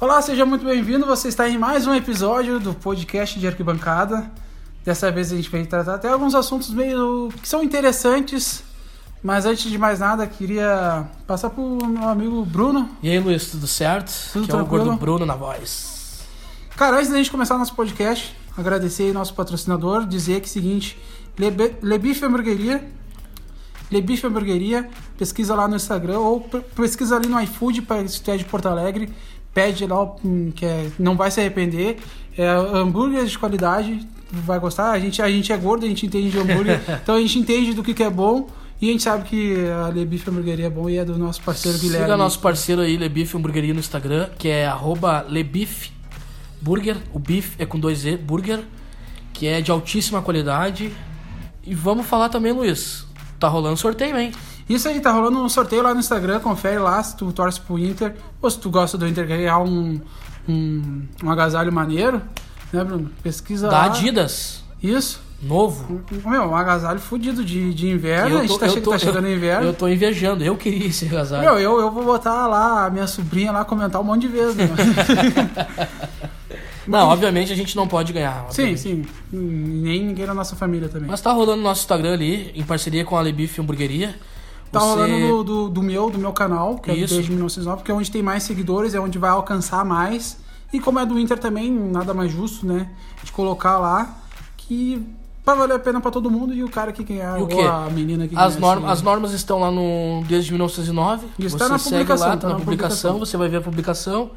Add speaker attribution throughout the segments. Speaker 1: Olá, seja muito bem-vindo. Você está em mais um episódio do podcast de Arquibancada. Dessa vez a gente vai tratar até alguns assuntos meio que são interessantes, mas antes de mais nada, queria passar para o meu amigo Bruno.
Speaker 2: E aí, Luiz, tudo certo?
Speaker 1: Tudo
Speaker 2: Aqui é o
Speaker 1: tranquilo.
Speaker 2: Gordo Bruno na voz.
Speaker 1: Cara, antes da gente começar nosso podcast, agradecer aí nosso patrocinador, dizer que é o seguinte, Lebe- Lebife Hamburgueria, Lebife Hamburgueria, pesquisa lá no Instagram ou pe- pesquisa ali no iFood para se tu é de Porto Alegre, pede lá, hum, que é- não vai se arrepender, é hambúrguer de qualidade, vai gostar, a gente, a gente é gordo, a gente entende de hambúrguer, então a gente entende do que, que é bom e a gente sabe que a Lebife Hamburgueria é bom e é do nosso parceiro Guilherme.
Speaker 2: Siga nosso parceiro aí, Lebif Hamburgueria no Instagram, que é arroba Lebif Burger. O bife é com dois E, Burger, que é de altíssima qualidade. E vamos falar também, Luiz. Tá rolando sorteio, hein?
Speaker 1: Isso aí, tá rolando um sorteio lá no Instagram, confere lá se tu torce pro Inter ou se tu gosta do Inter ganhar um, um, um agasalho maneiro, né, Bruno? Pesquisa
Speaker 2: Da
Speaker 1: lá.
Speaker 2: Adidas.
Speaker 1: Isso.
Speaker 2: Novo.
Speaker 1: Meu, um agasalho fudido de, de inverno, a gente tá, che- tá chegando
Speaker 2: eu-
Speaker 1: no inverno.
Speaker 2: Eu tô invejando, eu queria esse agasalho.
Speaker 1: Meu, eu, eu vou botar lá a minha sobrinha lá comentar um monte de vezes, né?
Speaker 2: Não, obviamente a gente não pode ganhar.
Speaker 1: sim,
Speaker 2: obviamente.
Speaker 1: sim. Hum, Nem ninguém da nossa família também.
Speaker 2: Mas tá rolando no nosso Instagram ali, em parceria com a Lebif Hamburgueria.
Speaker 1: Tá
Speaker 2: Você-
Speaker 1: rolando no- do, do meu, do meu canal, que é
Speaker 2: Isso.
Speaker 1: do Desde 1909, porque é onde tem mais seguidores, é onde vai alcançar mais. E como é do Inter também, nada mais justo, né? De colocar lá que vai valer a pena pra todo mundo e o cara que ganhar,
Speaker 2: E o
Speaker 1: ou
Speaker 2: quê?
Speaker 1: a menina que
Speaker 2: As,
Speaker 1: ganhar,
Speaker 2: norm-
Speaker 1: assim,
Speaker 2: as normas estão lá no desde 1909.
Speaker 1: Isso,
Speaker 2: você
Speaker 1: tá na
Speaker 2: segue
Speaker 1: publicação,
Speaker 2: lá,
Speaker 1: tá
Speaker 2: tá
Speaker 1: na
Speaker 2: na publicação,
Speaker 1: publicação.
Speaker 2: você vai ver a publicação.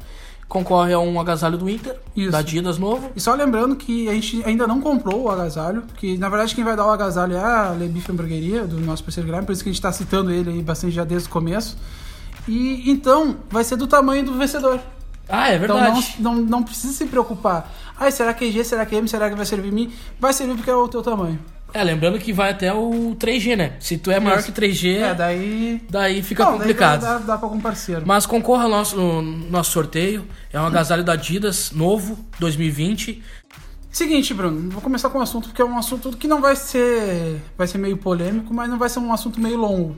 Speaker 2: Concorre a um agasalho do Inter,
Speaker 1: Isso.
Speaker 2: da Adidas novo.
Speaker 1: E só lembrando que a gente ainda não comprou o agasalho, que na verdade quem vai dar o agasalho é a Lebife Hamburgueria, do nosso parceiro Guilherme, por isso que a gente tá citando ele aí bastante já desde o começo. E então vai ser do tamanho do vencedor.
Speaker 2: Ah, é
Speaker 1: Então
Speaker 2: verdade.
Speaker 1: não, não, não precisa se preocupar. Ai, será que é G? Será que é M? Será que vai servir em mim? Vai servir porque é o teu tamanho.
Speaker 2: É, lembrando que vai até o 3G, né? Se tu é maior
Speaker 1: Isso.
Speaker 2: que 3G,
Speaker 1: É,
Speaker 2: daí...
Speaker 1: daí.
Speaker 2: fica
Speaker 1: Não, daí é
Speaker 2: complicado.
Speaker 1: Dá, dá, dá pra algum parceiro.
Speaker 2: Mas concorra ao nosso, ao nosso sorteio. É um agasalho da Adidas novo, 2020.
Speaker 1: Seguinte, Bruno, vou começar com um assunto porque é um assunto que não vai ser. Vai ser meio polêmico, mas não vai ser um assunto meio longo.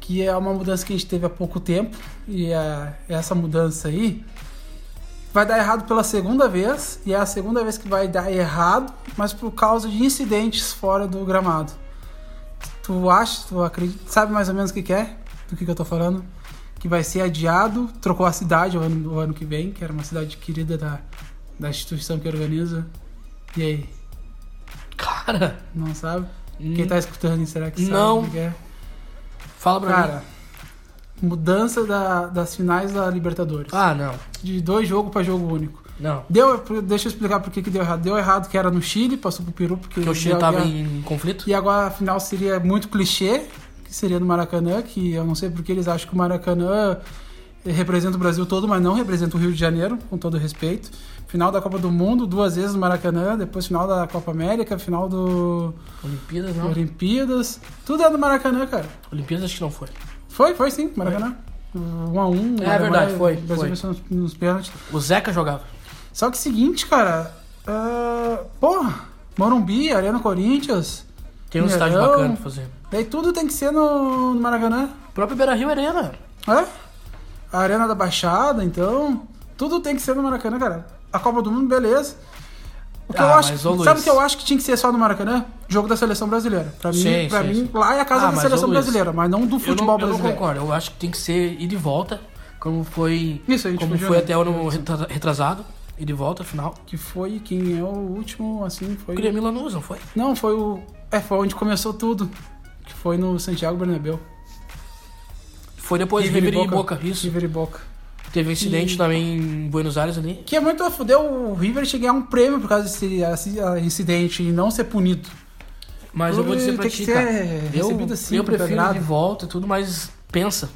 Speaker 1: Que é uma mudança que a gente teve há pouco tempo. E é- essa mudança aí vai dar errado pela segunda vez. E é a segunda vez que vai dar errado, mas por causa de incidentes fora do gramado. Tu acha, tu acredita, sabe mais ou menos o que, que é? Do que, que eu tô falando? Que vai ser adiado, trocou a cidade o ano, o ano que vem, que era uma cidade querida da, da instituição que organiza. E aí,
Speaker 2: Cara,
Speaker 1: não sabe?
Speaker 2: Hum.
Speaker 1: Quem tá escutando, será que sabe?
Speaker 2: Não.
Speaker 1: o que que é?
Speaker 2: fala pra mim.
Speaker 1: Cara, mudança da- das finais da Libertadores.
Speaker 2: Ah, não.
Speaker 1: De dois jogos pra jogo único.
Speaker 2: Não.
Speaker 1: Deu, deixa eu explicar por que, que deu errado. Deu errado que era no Chile, passou pro Peru, porque...
Speaker 2: Porque o Chile
Speaker 1: deu-
Speaker 2: tava
Speaker 1: deu-
Speaker 2: em conflito.
Speaker 1: E agora a final seria muito clichê, que seria no Maracanã, que eu não sei porque eles acham que o Maracanã eh, representa o Brasil todo, mas não representa o Rio de Janeiro, com todo respeito. Final da Copa do Mundo, duas vezes no Maracanã, depois final da Copa América, final do
Speaker 2: Olimpíadas,
Speaker 1: do
Speaker 2: não.
Speaker 1: Olimpíadas. Tudo é no Maracanã, cara.
Speaker 2: Olimpíadas acho que não foi.
Speaker 1: Foi, foi sim, Maracanã. Um a um.
Speaker 2: É
Speaker 1: Alemanha,
Speaker 2: verdade, foi,
Speaker 1: Brasil
Speaker 2: foi.
Speaker 1: venceu nos- nos pênaltis.
Speaker 2: O Zeca jogava.
Speaker 1: Só que seguinte, cara. ah, porra, Morumbi, Arena Corinthians.
Speaker 2: Tem um
Speaker 1: Mineirão,
Speaker 2: estádio bacana pra fazer.
Speaker 1: Daí tudo tem que ser no, no Maracanã.
Speaker 2: O próprio Beira Rio Arena.
Speaker 1: É? A Arena da Baixada, então. Tudo tem que ser no Maracanã, cara. A Copa do Mundo, beleza. O que
Speaker 2: Ah,
Speaker 1: eu acho,
Speaker 2: mas, ô, Luiz.
Speaker 1: sabe o que eu acho que tinha que ser só no Maracanã? Jogo da seleção brasileira. Pra mim,
Speaker 2: Sim,
Speaker 1: pra
Speaker 2: sim,
Speaker 1: mim
Speaker 2: sim.
Speaker 1: lá é a casa
Speaker 2: Ah,
Speaker 1: da
Speaker 2: mas, ô,
Speaker 1: seleção
Speaker 2: Luiz,
Speaker 1: brasileira, mas não do
Speaker 2: Eu
Speaker 1: futebol
Speaker 2: não, eu não
Speaker 1: brasileiro.
Speaker 2: concordo. Eu acho que tem que ser ida e volta, como foi,
Speaker 1: Isso, a gente
Speaker 2: como
Speaker 1: podia-
Speaker 2: foi até o ano retra- retrasado. Ida e volta, final.
Speaker 1: Que foi quem é o último, assim, foi.
Speaker 2: O Grêmio Lanús, não foi?
Speaker 1: Não, foi o. É, foi onde começou tudo. Que foi no Santiago Bernabéu.
Speaker 2: Foi depois de River e Boca. Isso.
Speaker 1: River e Boca.
Speaker 2: Teve um incidente também em Buenos Aires ali.
Speaker 1: Que é muito a fuder o River chegar a um prêmio por causa desse assim, ah, incidente e não ser punido.
Speaker 2: Mas eu vou dizer pra
Speaker 1: Tem que
Speaker 2: ti,
Speaker 1: ser
Speaker 2: cara. Eu,
Speaker 1: recebido assim,
Speaker 2: eu prefiro ida
Speaker 1: pedrada.
Speaker 2: e volta e tudo, mas pensa.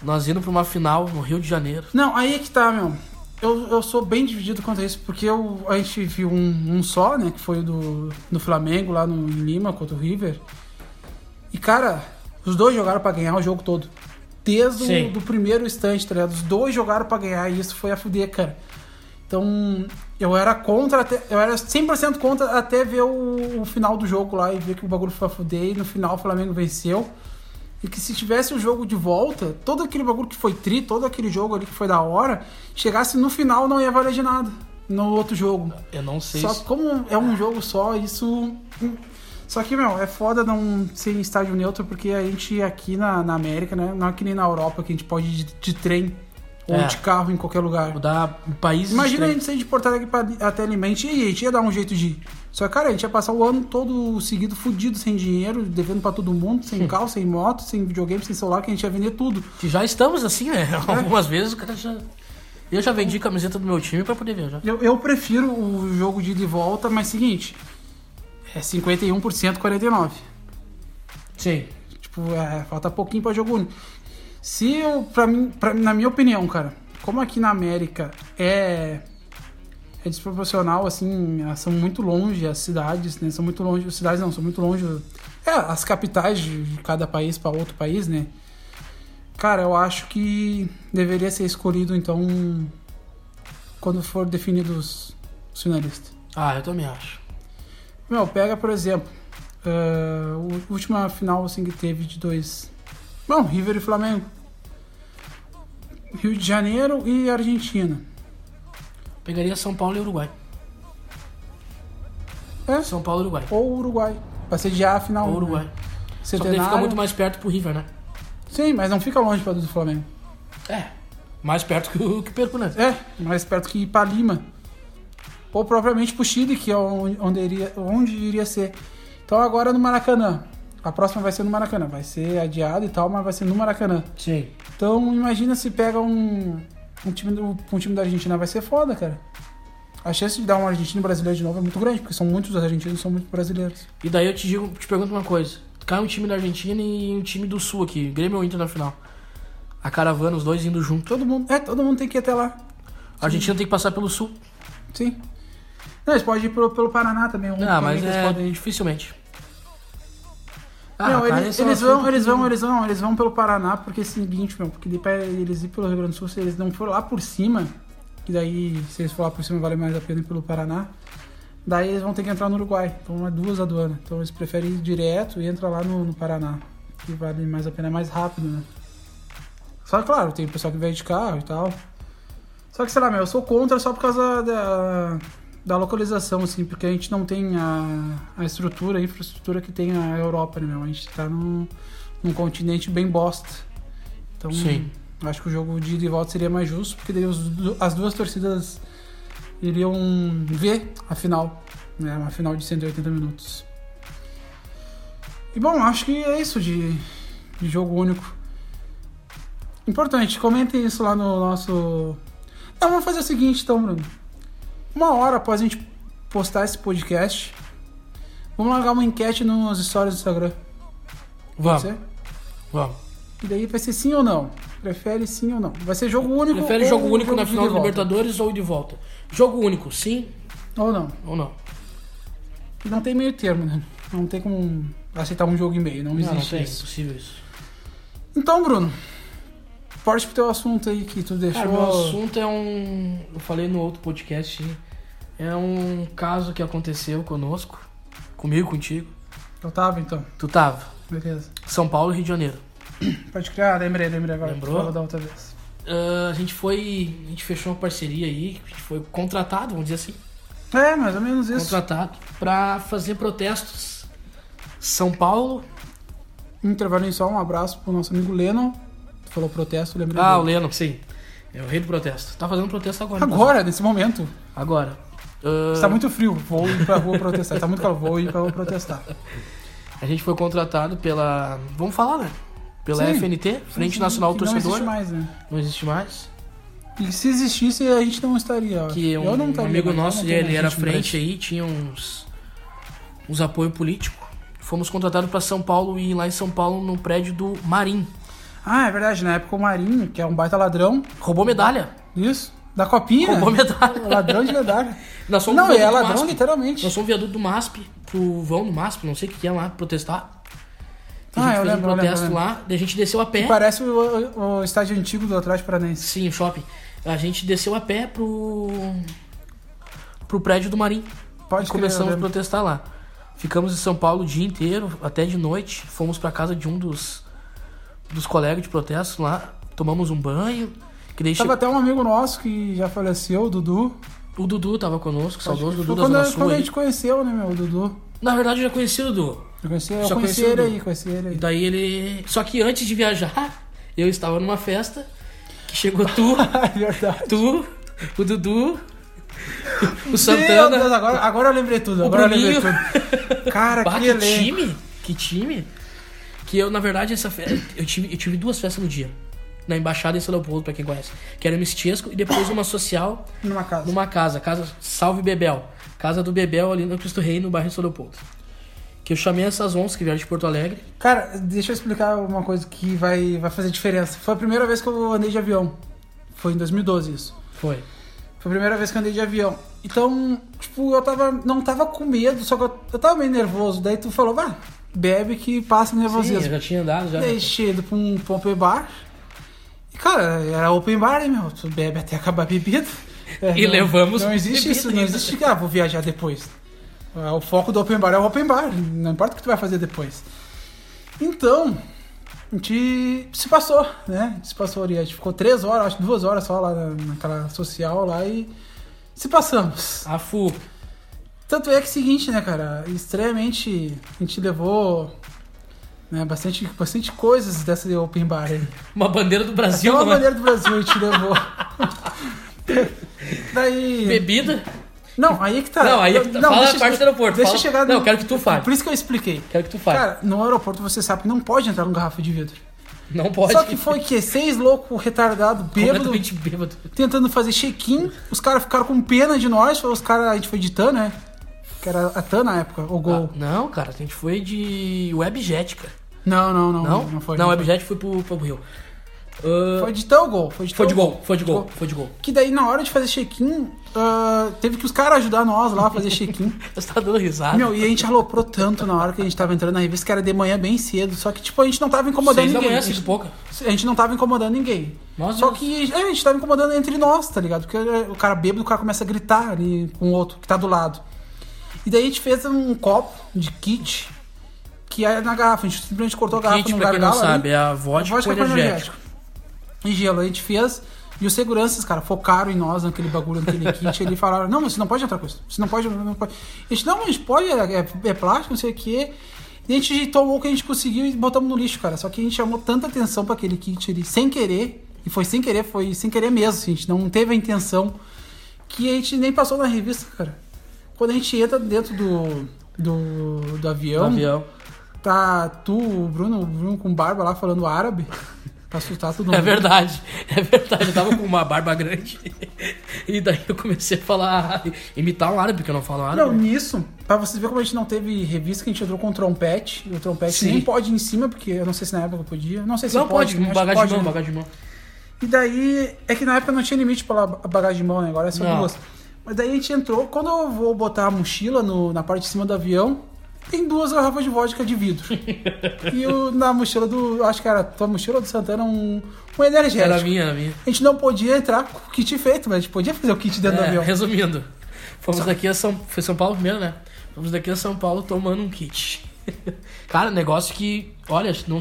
Speaker 2: Nós indo pra uma final no Rio de Janeiro.
Speaker 1: Não, aí é que tá, meu. Eu, eu sou bem dividido quanto a isso, porque eu, a gente viu um, um só, né? Que foi o do, do Flamengo lá no, em Lima contra o River. E, cara, os dois jogaram pra ganhar o jogo todo. Desde
Speaker 2: Sim.
Speaker 1: o do primeiro instante, tá ligado? Os dois jogaram pra ganhar e isso foi a fuder, cara. Então, eu era contra, até, eu era 100% contra até ver o, o final do jogo lá e ver que o bagulho foi a fuder. E no final o Flamengo venceu. E que se tivesse o jogo de volta, todo aquele bagulho que foi tri, todo aquele jogo ali que foi da hora, chegasse no final não ia valer de nada no outro jogo.
Speaker 2: Eu não sei
Speaker 1: Só
Speaker 2: se-
Speaker 1: que como é um jogo só, isso. hum. Só que, meu, é foda não ser em estádio neutro, porque a gente aqui na, na América, né? Não é que nem na Europa, que a gente pode ir de, de trem ou
Speaker 2: É.
Speaker 1: de carro em qualquer lugar.
Speaker 2: mudar o país.
Speaker 1: Imagina a
Speaker 2: estranho.
Speaker 1: gente sair de Porto Alegre pra, até Alimente e a gente ia dar um jeito de ir. Só que, cara, a gente ia passar o ano todo seguido, fudido, sem dinheiro, devendo pra todo mundo, sem carro, sem moto, sem videogame, sem celular, que a gente ia vender tudo.
Speaker 2: Que já estamos assim, né? Algumas vezes o cara já. Eu já vendi camiseta do meu time pra poder viajar.
Speaker 1: Eu, eu prefiro o jogo de ida e volta, mas seguinte, é 51% 49%.
Speaker 2: Sim.
Speaker 1: Tipo, é, falta pouquinho pra jogo único. Se eu, pra mim, pra, na minha opinião, cara, como aqui na América é, é desproporcional, assim, elas são muito longe as cidades, né? São muito longe, as cidades não, são muito longe. É, as capitais de de cada país pra outro país, né? Cara, eu acho que deveria ser escolhido, então, quando for definidos os finalistas.
Speaker 2: Ah, eu também acho.
Speaker 1: Meu, pega, por exemplo, a última final assim, que teve de dois. Bom, River e Flamengo. Rio de Janeiro e Argentina.
Speaker 2: Pegaria São Paulo e Uruguai.
Speaker 1: É?
Speaker 2: São Paulo e Uruguai.
Speaker 1: Ou Uruguai. Pra sediar a final.
Speaker 2: Ou
Speaker 1: né?
Speaker 2: Uruguai. Só que daí
Speaker 1: Centenário.
Speaker 2: fica muito mais perto pro River, né?
Speaker 1: Sim, mas não fica longe pra do Flamengo.
Speaker 2: É. Mais perto que o né? que o Percunantes.
Speaker 1: É, mais perto que ir pra Lima. Ou propriamente pro Chile, que é onde, onde iria, onde iria ser. Então agora no Maracanã. A próxima vai ser no Maracanã. Vai ser adiado e tal, mas vai ser no Maracanã.
Speaker 2: Sim.
Speaker 1: Então imagina se pega um, um, time do, um time da Argentina, vai ser foda, cara. A chance de dar um argentino brasileiro de novo é muito grande, porque são muitos argentinos, são muitos brasileiros.
Speaker 2: E daí eu te, digo, te pergunto uma coisa. Cai um time da Argentina e um time do Sul aqui, Grêmio ou Inter na final. A caravana, os dois indo junto.
Speaker 1: Todo mundo, é, todo mundo tem que ir até lá.
Speaker 2: A Argentina tem que passar pelo Sul.
Speaker 1: Sim. Não, eles podem ir pelo, pelo Paraná também. um
Speaker 2: Ah,
Speaker 1: caminho
Speaker 2: mas
Speaker 1: que
Speaker 2: é,
Speaker 1: podem ir.
Speaker 2: dificilmente.
Speaker 1: Não,
Speaker 2: cara,
Speaker 1: eles,
Speaker 2: esse é um
Speaker 1: eles vão,
Speaker 2: assunto
Speaker 1: eles
Speaker 2: que-
Speaker 1: vão, eles vão, eles vão pelo Paraná, porque é o seguinte, meu, porque daí pra eles ir pelo Rio Grande do Sul, se eles não for lá por cima, que daí, se eles for lá por cima, vale mais a pena ir pelo Paraná, daí eles vão ter que entrar no Uruguai. Então é duas aduanas. Então eles preferem ir direto e entrar lá no, no Paraná. Que vale mais a pena, é mais rápido, né? Só que, claro, tem pessoal que vai de carro e tal. Só que, sei lá, meu, eu sou contra só por causa da, da localização, assim, porque a gente não tem a, a estrutura, a infraestrutura que tem a Europa, né, meu? A gente tá num, num continente bem bosta. Então,
Speaker 2: Sim.
Speaker 1: eu acho que o jogo de ida e volta seria mais justo, porque daí os du- as duas torcidas iriam ver a final, né? Uma final de 180 minutos. E bom, acho que é isso de, de jogo único. Importante, comentem isso lá no nosso. Não, vamos fazer o seguinte então, Bruno. Uma hora após a gente postar esse podcast, vamos largar uma enquete nos stories do Instagram. Pode
Speaker 2: Vamos,
Speaker 1: ser?
Speaker 2: vamos.
Speaker 1: E daí vai ser sim ou não? Prefere sim ou não? Vai ser jogo único
Speaker 2: Prefere
Speaker 1: ou
Speaker 2: jogo único na
Speaker 1: de
Speaker 2: final do
Speaker 1: volta?
Speaker 2: Libertadores ou de volta? Jogo único, sim
Speaker 1: Ou não?
Speaker 2: ou não?
Speaker 1: E não tem meio termo, né? Não tem como aceitar um jogo e meio, não,
Speaker 2: não
Speaker 1: existe
Speaker 2: tem,
Speaker 1: isso.
Speaker 2: impossível isso.
Speaker 1: Então, Bruno, parte pro teu assunto aí que tu deixou.
Speaker 2: Cara, meu assunto é um. Eu falei no outro podcast. É um caso que aconteceu conosco. Comigo, contigo.
Speaker 1: Eu tava então,
Speaker 2: Tu tava.
Speaker 1: beleza.
Speaker 2: São Paulo e Rio de Janeiro.
Speaker 1: Pode criar, lembrei, lembrei agora.
Speaker 2: Lembrou?
Speaker 1: Falou da outra vez.
Speaker 2: Ah, a gente foi. A gente fechou uma parceria aí. A gente foi contratado, vamos dizer assim.
Speaker 1: É, mais ou menos isso.
Speaker 2: Contratado pra fazer protestos. São Paulo.
Speaker 1: Intervalo em só um abraço pro nosso amigo Lennon. Tu falou protesto, lembrei.
Speaker 2: Ah, o
Speaker 1: dele.
Speaker 2: Leno, sim. É o rei do protesto. Tá fazendo protesto agora.
Speaker 1: Agora, nesse momento.
Speaker 2: Agora. Ah,
Speaker 1: Está muito frio, vou ir pra rua protestar. Está muito calor, vou ir pra rua protestar.
Speaker 2: A gente foi contratado pela. Vamos falar, né? Pela
Speaker 1: Sim.
Speaker 2: FNT, Frente Nacional
Speaker 1: Que
Speaker 2: Torcedor.
Speaker 1: Não existe mais, né?
Speaker 2: Não existe mais.
Speaker 1: E se existisse, a gente não estaria. eu acho.
Speaker 2: Que um,
Speaker 1: eu não
Speaker 2: um
Speaker 1: estaria,
Speaker 2: amigo
Speaker 1: mas eu
Speaker 2: nosso,
Speaker 1: não tenho
Speaker 2: ele
Speaker 1: mais
Speaker 2: era
Speaker 1: gente no Brasil.
Speaker 2: frente aí, tinha uns, uns apoio político. Fomos contratados pra São Paulo e lá em São Paulo, no prédio do Marim.
Speaker 1: Ah, é verdade. Na época o Marinho, que é um baita ladrão,
Speaker 2: Roubou medalha.
Speaker 1: isso, da copinha.
Speaker 2: Roubou um medalha.
Speaker 1: Ladrão de medalha.
Speaker 2: Nós somos
Speaker 1: né? não,
Speaker 2: do
Speaker 1: ele é
Speaker 2: viaduto do
Speaker 1: ladrão
Speaker 2: MASP.
Speaker 1: literalmente.
Speaker 2: Nós somos viaduto do MASP, pro vão do MASP, não sei o que é lá, protestar. A
Speaker 1: Ah,
Speaker 2: gente
Speaker 1: eu lembro,
Speaker 2: fez
Speaker 1: eu
Speaker 2: um
Speaker 1: lembro,
Speaker 2: protesto
Speaker 1: eu lembro.
Speaker 2: lá, é. daí a gente desceu a pé.
Speaker 1: Parece o, o- o estádio antigo do Atlético Paranense.
Speaker 2: Sim, o shopping. A gente desceu a pé pro. pro prédio do Marim.
Speaker 1: Pode crer, né?
Speaker 2: E começamos
Speaker 1: eu
Speaker 2: a
Speaker 1: lembro.
Speaker 2: protestar lá. Ficamos em São Paulo o dia inteiro, até de noite. Fomos pra casa de um dos dos colegas de protesto lá, tomamos um banho. Que deixa...
Speaker 1: Tava até um amigo nosso que já faleceu, o Dudu.
Speaker 2: O Dudu tava conosco, saudoso
Speaker 1: Foi
Speaker 2: Dudu da
Speaker 1: quando,
Speaker 2: Zona
Speaker 1: a-
Speaker 2: Sul
Speaker 1: quando a
Speaker 2: aí.
Speaker 1: gente conheceu, né, meu? O Dudu.
Speaker 2: Na verdade, eu já conheci o Dudu.
Speaker 1: Eu conheci, eu
Speaker 2: Só
Speaker 1: conheci
Speaker 2: conheci o
Speaker 1: ele
Speaker 2: Dudu.
Speaker 1: aí, conheci ele
Speaker 2: E
Speaker 1: aí.
Speaker 2: daí ele. Só que antes de viajar, eu estava numa festa que chegou tu,
Speaker 1: É verdade.
Speaker 2: tu, o Dudu, o
Speaker 1: Meu
Speaker 2: Santana.
Speaker 1: Deus, agora, agora eu lembrei tudo. Agora eu lembrei
Speaker 2: Bruninho.
Speaker 1: tudo. Cara,
Speaker 2: Bah,
Speaker 1: que
Speaker 2: que
Speaker 1: elenco.
Speaker 2: time! Que time! Que eu, na verdade, essa festa. Eu tive, eu tive duas festas no dia. Na embaixada em São Leopoldo, pra quem conhece. Que era no Mistiesco e depois uma social
Speaker 1: Numa casa.
Speaker 2: numa casa, casa Salve Bebel. Casa do Bebel ali no Cristo Rei, no bairro de São Leopoldo. Que eu chamei essas onças que vieram de Porto Alegre.
Speaker 1: Cara, deixa eu explicar uma coisa que vai, vai fazer diferença. Foi a primeira vez que eu andei de avião. Foi em 2012 isso.
Speaker 2: Foi.
Speaker 1: Foi a primeira vez que eu andei de avião. Então, tipo, eu tava. Não tava com medo, só que eu, eu tava meio nervoso. Daí tu falou, vá, bebe que passa o
Speaker 2: Sim, é eu
Speaker 1: nervosismo.
Speaker 2: já tinha andado, já. né?
Speaker 1: Deixei ele pra um pra um open bar. E, cara, era open bar, hein, meu? Tu bebe até acabar a bebida. É,
Speaker 2: E levamos
Speaker 1: Não existe
Speaker 2: bebida né?
Speaker 1: isso, não
Speaker 2: ainda.
Speaker 1: existe que, ah, vou viajar depois. É, O foco do open bar é o open bar, não importa o que tu vai fazer depois. Então, a gente se passou, né? A gente se passou ali, a gente ficou três horas, acho que duas horas só lá na- naquela social lá e se passamos.
Speaker 2: A Fu.
Speaker 1: Tanto é que é o seguinte, né, cara? Extremamente. A gente levou. Né, bastante, bastante coisas dessa de Open Bar aí.
Speaker 2: Uma bandeira do
Speaker 1: Até
Speaker 2: Brasil, é?
Speaker 1: uma
Speaker 2: uma
Speaker 1: bandeira do Brasil a gente levou. Daí.
Speaker 2: bebida.
Speaker 1: Não, aí que tá.
Speaker 2: Não, aí é que tá. Fala
Speaker 1: deixa
Speaker 2: a
Speaker 1: eu-
Speaker 2: parte do aeroporto,
Speaker 1: Deixa
Speaker 2: fala-
Speaker 1: eu chegar.
Speaker 2: Não, eu quero que tu fale.
Speaker 1: Por isso que eu expliquei.
Speaker 2: Quero que tu fale.
Speaker 1: Cara, no aeroporto você sabe que não pode entrar com garrafa de vidro.
Speaker 2: não pode.
Speaker 1: Só que foi que seis loucos retardados, bêbado,
Speaker 2: Completamente bêbado.
Speaker 1: tentando fazer check-in. Os caras ficaram com pena de nós. Os caras, a gente foi de TAN, né? Que era a TAN na época, o Gol.
Speaker 2: Ah, não, cara, a gente foi de Webjet, cara.
Speaker 1: Não, não, não.
Speaker 2: Não?
Speaker 1: Não foi.
Speaker 2: Não, é
Speaker 1: Não foi.
Speaker 2: Webjet foi pro, pro Rio. Ah,
Speaker 1: Foi de tal gol. Foi de,
Speaker 2: foi de
Speaker 1: tal
Speaker 2: gol, foi de gol, foi de gol.
Speaker 1: Que daí, na hora de fazer check-in, ah, teve que os caras ajudar nós lá a fazer check-in.
Speaker 2: Você tá dando risada.
Speaker 1: Meu, e a gente aloprou tanto na hora que a gente tava entrando na revista, que era de manhã bem cedo. Só que, tipo, a gente não tava incomodando
Speaker 2: Seis da
Speaker 1: ninguém.
Speaker 2: manhã,
Speaker 1: a,
Speaker 2: seis e
Speaker 1: gente,
Speaker 2: pouca.
Speaker 1: a gente não tava incomodando ninguém.
Speaker 2: Nossa,
Speaker 1: só
Speaker 2: Deus.
Speaker 1: que é, a gente tava incomodando entre nós, tá ligado? Porque o cara bêbado, o cara começa a gritar ali com o outro que tá do lado. E daí a gente fez um copo de kit, que era na garrafa. A gente simplesmente cortou a garrafa
Speaker 2: Kit,
Speaker 1: no
Speaker 2: pra quem não
Speaker 1: gargalo ali.
Speaker 2: sabe, é a vodka,
Speaker 1: Vodka
Speaker 2: com
Speaker 1: com
Speaker 2: energético.
Speaker 1: E gelo, a gente fez. E os seguranças, cara, focaram em nós naquele bagulho, naquele kit. Eles falaram: Não, você não pode entrar com isso. Você não pode. Não pode. A gente, não, mas pode, é, é- é plástico, não sei o quê. E a gente tomou o que a gente conseguiu e botamos no lixo, cara. Só que a gente chamou tanta atenção pra aquele kit ali, sem querer. E foi sem querer, foi sem querer mesmo. assim, A gente não teve a intenção. Que a gente nem passou na revista, cara. Quando a gente entra dentro do, do, do
Speaker 2: No
Speaker 1: avião,
Speaker 2: avião.
Speaker 1: Tá tu, o Bruno, o Bruno com barba lá falando árabe. Pra assustar todo mundo.
Speaker 2: É verdade, é verdade. Eu tava com uma barba grande. e daí eu comecei a falar, imitar um árabe, porque eu não falo árabe.
Speaker 1: Não, nisso, pra vocês verem como a gente não teve revista, que a gente entrou com o trompete. E o trompete
Speaker 2: Sim.
Speaker 1: nem pode ir em cima, porque eu não sei se na época podia. Não sei se
Speaker 2: Não, pode, um
Speaker 1: né? Acho que
Speaker 2: bagagem de mão,
Speaker 1: né?
Speaker 2: bagagem de mão.
Speaker 1: E daí, é que na época não tinha limite pra la- bagagem de mão, né? Agora é só
Speaker 2: Não.
Speaker 1: duas. Mas daí a gente entrou, quando eu vou botar a mochila no- na parte de cima do avião, tem duas garrafas de vodka de vidro. e o, na mochila do, acho que era tua mochila ou do Santana, um, um energético.
Speaker 2: Era minha, era minha.
Speaker 1: A gente não podia entrar com o kit feito, mas a gente podia fazer o kit dentro do
Speaker 2: É,
Speaker 1: avião.
Speaker 2: resumindo, fomos daqui a São... Foi São Paulo primeiro, né? Fomos daqui a São Paulo tomando um kit. Cara, negócio que... Olha, não,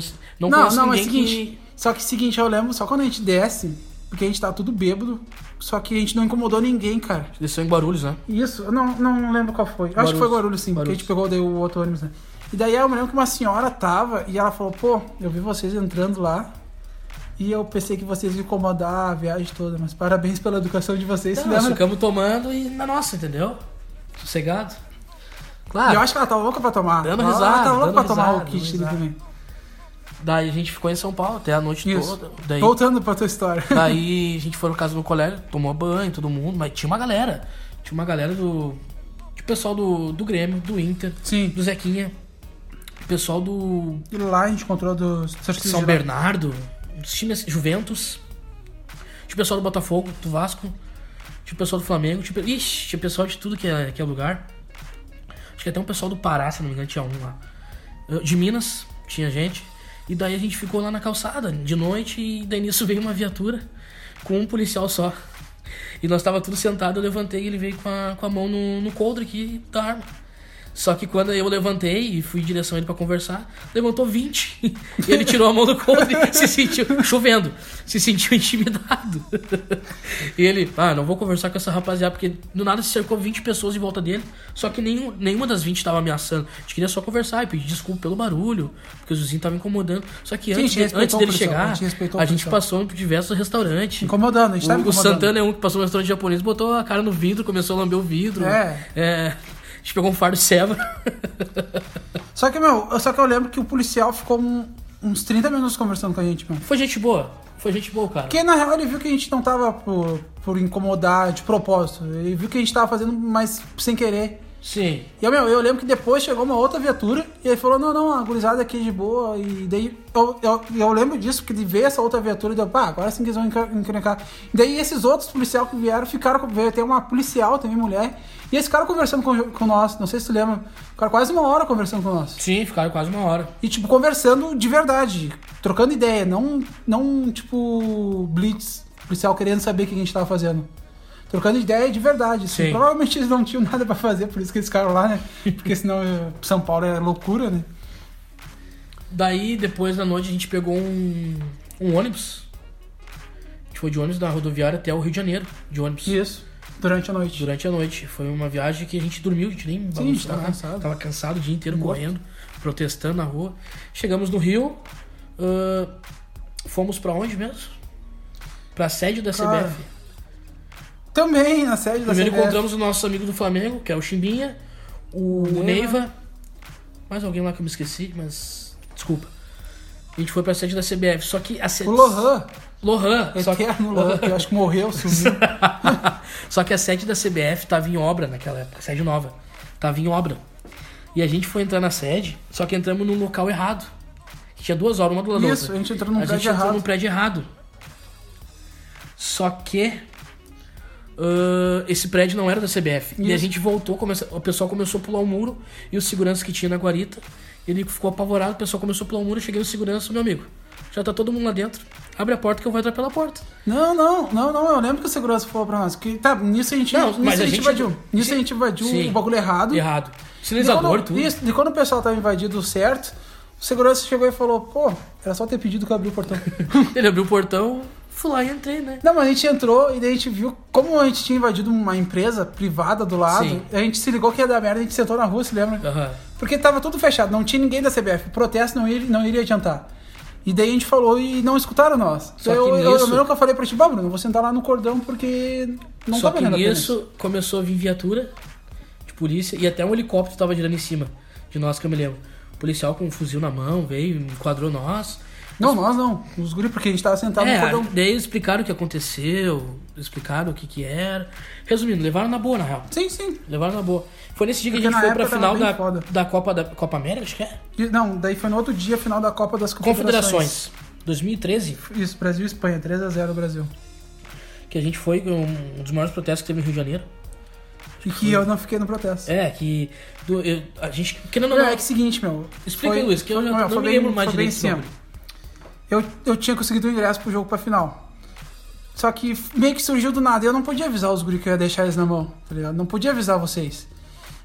Speaker 1: Não,
Speaker 2: não, conheço
Speaker 1: não, mas
Speaker 2: ninguém
Speaker 1: seguinte. Só que seguinte, eu lembro, só quando a gente desce, porque a gente tá tudo bêbado, só que a gente não incomodou ninguém, cara.
Speaker 2: que... Desceu em Guarulhos, né?
Speaker 1: Isso, eu não, não lembro qual foi. Eu Acho que foi
Speaker 2: Guarulhos.
Speaker 1: Guarulhos, sim, porque a
Speaker 2: Guarulhos.
Speaker 1: gente pegou daí o outro ônibus, né? E daí eu me lembro que uma senhora tava e ela falou, pô, eu vi vocês entrando lá. E eu pensei que vocês iam incomodar a viagem toda, mas parabéns pela educação de vocês.
Speaker 2: Não,
Speaker 1: se
Speaker 2: Então, nós
Speaker 1: lembra?
Speaker 2: ficamos tomando e na nossa, entendeu? Sossegado.
Speaker 1: E eu
Speaker 2: Claro.
Speaker 1: acho que ela tava louca pra tomar.
Speaker 2: Dando
Speaker 1: ela
Speaker 2: risada,
Speaker 1: tava louca
Speaker 2: dando
Speaker 1: pra tomar
Speaker 2: risada,
Speaker 1: o kit
Speaker 2: dando
Speaker 1: dele também.
Speaker 2: Daí a gente ficou em São Paulo até a noite
Speaker 1: Isso.
Speaker 2: toda. Daí,
Speaker 1: Voltando pra tua história.
Speaker 2: daí a gente foi no caso do colega, tomou banho, todo mundo, mas tinha uma galera. Tinha uma galera do. De pessoal do, do Grêmio, do Inter,
Speaker 1: Sim.
Speaker 2: do Zequinha, pessoal do
Speaker 1: E lá a gente encontrou do
Speaker 2: São Bernardo, dos times assim, Juventus, tinha o pessoal do Botafogo, do Vasco, tinha o pessoal do Flamengo, tinha, o pe- ixi, tinha pessoal de tudo que é, que é lugar. Acho que até um pessoal do Pará, se não me engano, tinha um lá. Eh, De Minas, tinha gente. E daí a gente ficou lá na calçada de noite e daí nisso veio uma viatura com um policial só. E nós tava tudo sentado, eu levantei e ele veio com a, com a mão no, no coldre aqui da arma. Só que quando eu levantei e fui em direção a ele pra conversar, levantou 20. E ele tirou a mão do couro e se sentiu. chovendo. Se sentiu intimidado. E ele, ah, não vou conversar com essa rapaziada, porque do nada se cercou 20 pessoas em volta dele. Só que nenhum, nenhuma das 20 tava ameaçando. A gente queria só conversar e pedir desculpa pelo barulho, porque os vizinhos estavam incomodando. Só que
Speaker 1: Sim, a
Speaker 2: antes,
Speaker 1: gente
Speaker 2: de-
Speaker 1: respeitou
Speaker 2: antes
Speaker 1: o
Speaker 2: dele
Speaker 1: policial,
Speaker 2: chegar,
Speaker 1: a gente respeitou o
Speaker 2: a gente
Speaker 1: policial.
Speaker 2: passou por diversos restaurantes.
Speaker 1: Incomodando, a gente tava
Speaker 2: O, o
Speaker 1: incomodando.
Speaker 2: Santana é um que passou no restaurante japonês, botou a cara no vidro, começou a lamber o vidro.
Speaker 1: É.
Speaker 2: É, a gente pegou um fardo de ceva.
Speaker 1: Só que, meu, só que eu lembro que o policial ficou um- uns 30 minutos conversando com a gente, mano.
Speaker 2: Foi gente boa. Foi gente boa, cara.
Speaker 1: Porque na real ele viu que a gente não tava por, por incomodar de propósito. Ele viu que a gente tava fazendo, mas sem querer.
Speaker 2: Sim.
Speaker 1: E eu, meu, eu lembro que depois chegou uma outra viatura e ele falou: não, não, a gurizada aqui é de boa. E daí eu, eu, eu lembro disso, porque de ver essa outra viatura e deu, pá, agora sim que eles vão encren- encrencar. E daí esses outros policiais que vieram ficaram com. Veio até uma policial também, mulher. E eles ficaram conversando com, com nós, não sei se tu lembra. Ficaram quase uma hora conversando com nós.
Speaker 2: Sim, ficaram quase uma hora.
Speaker 1: E, tipo, conversando de verdade, trocando ideia, não, não tipo, blitz, policial querendo saber o que a gente tava fazendo. Trocando ideia de verdade, assim.
Speaker 2: Sim.
Speaker 1: Provavelmente eles não tinham nada pra fazer, por isso que eles ficaram lá, né? Porque senão eh, São Paulo é loucura, né?
Speaker 2: Daí, depois da noite, a gente pegou um, um ônibus. A gente foi de ônibus da rodoviária até o Rio de Janeiro, de ônibus.
Speaker 1: Isso, durante a noite.
Speaker 2: Durante a noite. Foi uma viagem que a gente dormiu, a gente nem bagunçou,
Speaker 1: tava
Speaker 2: né?
Speaker 1: cansado.
Speaker 2: Tava cansado o dia inteiro
Speaker 1: Morto.
Speaker 2: correndo, protestando na rua. Chegamos no Rio. ah, fomos pra onde mesmo? Pra sede da
Speaker 1: Cara,
Speaker 2: CBF.
Speaker 1: Também na sede da
Speaker 2: Primeiro
Speaker 1: CBF.
Speaker 2: encontramos o nosso amigo do Flamengo, que é o Chimbinha, o
Speaker 1: Neiva.
Speaker 2: Neiva. mais alguém lá que eu me esqueci, mas desculpa. A gente foi pra sede da CBF, só que a sede...
Speaker 1: O Lohan,
Speaker 2: Lohan, só que...
Speaker 1: eterno Lohan, que eu acho que morreu, sumiu.
Speaker 2: só que a sede da CBF tava em obra naquela época, a sede nova. Tava em obra. E a gente foi entrar na sede, só que entramos num local errado. Tinha duas horas, uma do lado da
Speaker 1: Isso,
Speaker 2: outra.
Speaker 1: a gente entrou num
Speaker 2: a gente
Speaker 1: prédio
Speaker 2: entrou
Speaker 1: errado.
Speaker 2: num prédio errado. Só que ãh, esse prédio não era da CBF. E a
Speaker 1: Isso.
Speaker 2: gente voltou, começa- o pessoal começou a pular o muro e o segurança que tinha na guarita, ele ficou apavorado, o pessoal começou a pular o muro, eu cheguei no segurança, meu amigo. Já tá todo mundo lá dentro. Abre a porta que eu vou entrar pela porta.
Speaker 1: Não, não, não, não. Eu lembro que o segurança falou pra nós. Que, tá, nisso a gente,
Speaker 2: Não,
Speaker 1: nisso
Speaker 2: mas
Speaker 1: a
Speaker 2: a
Speaker 1: gente
Speaker 2: gente-
Speaker 1: invadiu. Nisso a
Speaker 2: sim.
Speaker 1: gente invadiu
Speaker 2: Sim.
Speaker 1: o bagulho errado.
Speaker 2: Errado.
Speaker 1: De
Speaker 2: Sinalizador,
Speaker 1: quando-
Speaker 2: tudo.
Speaker 1: Isso, de quando o pessoal tava invadido certo, o segurança chegou e falou, pô, era só ter pedido que eu abri o portão.
Speaker 2: Ele abriu o portão, fui lá e entrei, né?
Speaker 1: Não, mas a gente entrou e daí a gente viu como a gente tinha invadido uma empresa privada do lado.
Speaker 2: Sim.
Speaker 1: A gente se ligou que ia dar merda, a gente sentou na rua, se lembra?
Speaker 2: Aham.
Speaker 1: Porque tava tudo fechado, não tinha ninguém da CBF. O protesto não iria, não iria adiantar. E daí a gente falou e não escutaram nós.
Speaker 2: Só
Speaker 1: eu,
Speaker 2: que
Speaker 1: eu, eu
Speaker 2: nisso-
Speaker 1: lembro que eu falei pra ti, "Bah, Bruno, eu vou sentar lá no cordão porque não
Speaker 2: Só
Speaker 1: tá
Speaker 2: que
Speaker 1: valendo a pena."
Speaker 2: nisso começou a vir viatura de polícia e até um helicóptero tava girando em cima de nós, que eu me lembro. O policial com um fuzil na mão veio, enquadrou nós.
Speaker 1: Não, nós não. Os guri, porque a gente tava sentado
Speaker 2: é,
Speaker 1: no cordão.
Speaker 2: daí eles explicaram o que aconteceu, explicaram o que que era. Resumindo, levaram na boa, na real.
Speaker 1: Sim, sim.
Speaker 2: Levaram na boa. Foi nesse dia que
Speaker 1: Porque
Speaker 2: a
Speaker 1: na
Speaker 2: gente foi pra
Speaker 1: época tava
Speaker 2: final
Speaker 1: bem
Speaker 2: da,
Speaker 1: foda.
Speaker 2: da Copa da Copa América, acho que é?
Speaker 1: E- Não, daí foi no outro dia, final da Copa das Confederações.
Speaker 2: Confederações. 2013,
Speaker 1: Isso, Brasil e Espanha, 3x0 Brasil.
Speaker 2: que a gente foi um, um dos maiores protestos que teve no Rio de Janeiro.
Speaker 1: E que eu não fiquei no protesto.
Speaker 2: É, que do- eu- a gente. Querendo
Speaker 1: Não,
Speaker 2: ou
Speaker 1: é
Speaker 2: não,
Speaker 1: que é o seguinte, meu.
Speaker 2: Explica,
Speaker 1: foi-
Speaker 2: Luiz, que eu já
Speaker 1: meu,
Speaker 2: não
Speaker 1: foi
Speaker 2: me
Speaker 1: bem-
Speaker 2: lembro mais
Speaker 1: foi bem
Speaker 2: direito sobre.
Speaker 1: simples. Eu, eu tinha conseguido o ingresso pro jogo pra final. Só que meio que surgiu do nada. Eu não podia avisar os guri que eu ia deixar eles na mão, tá ligado? Não podia avisar vocês.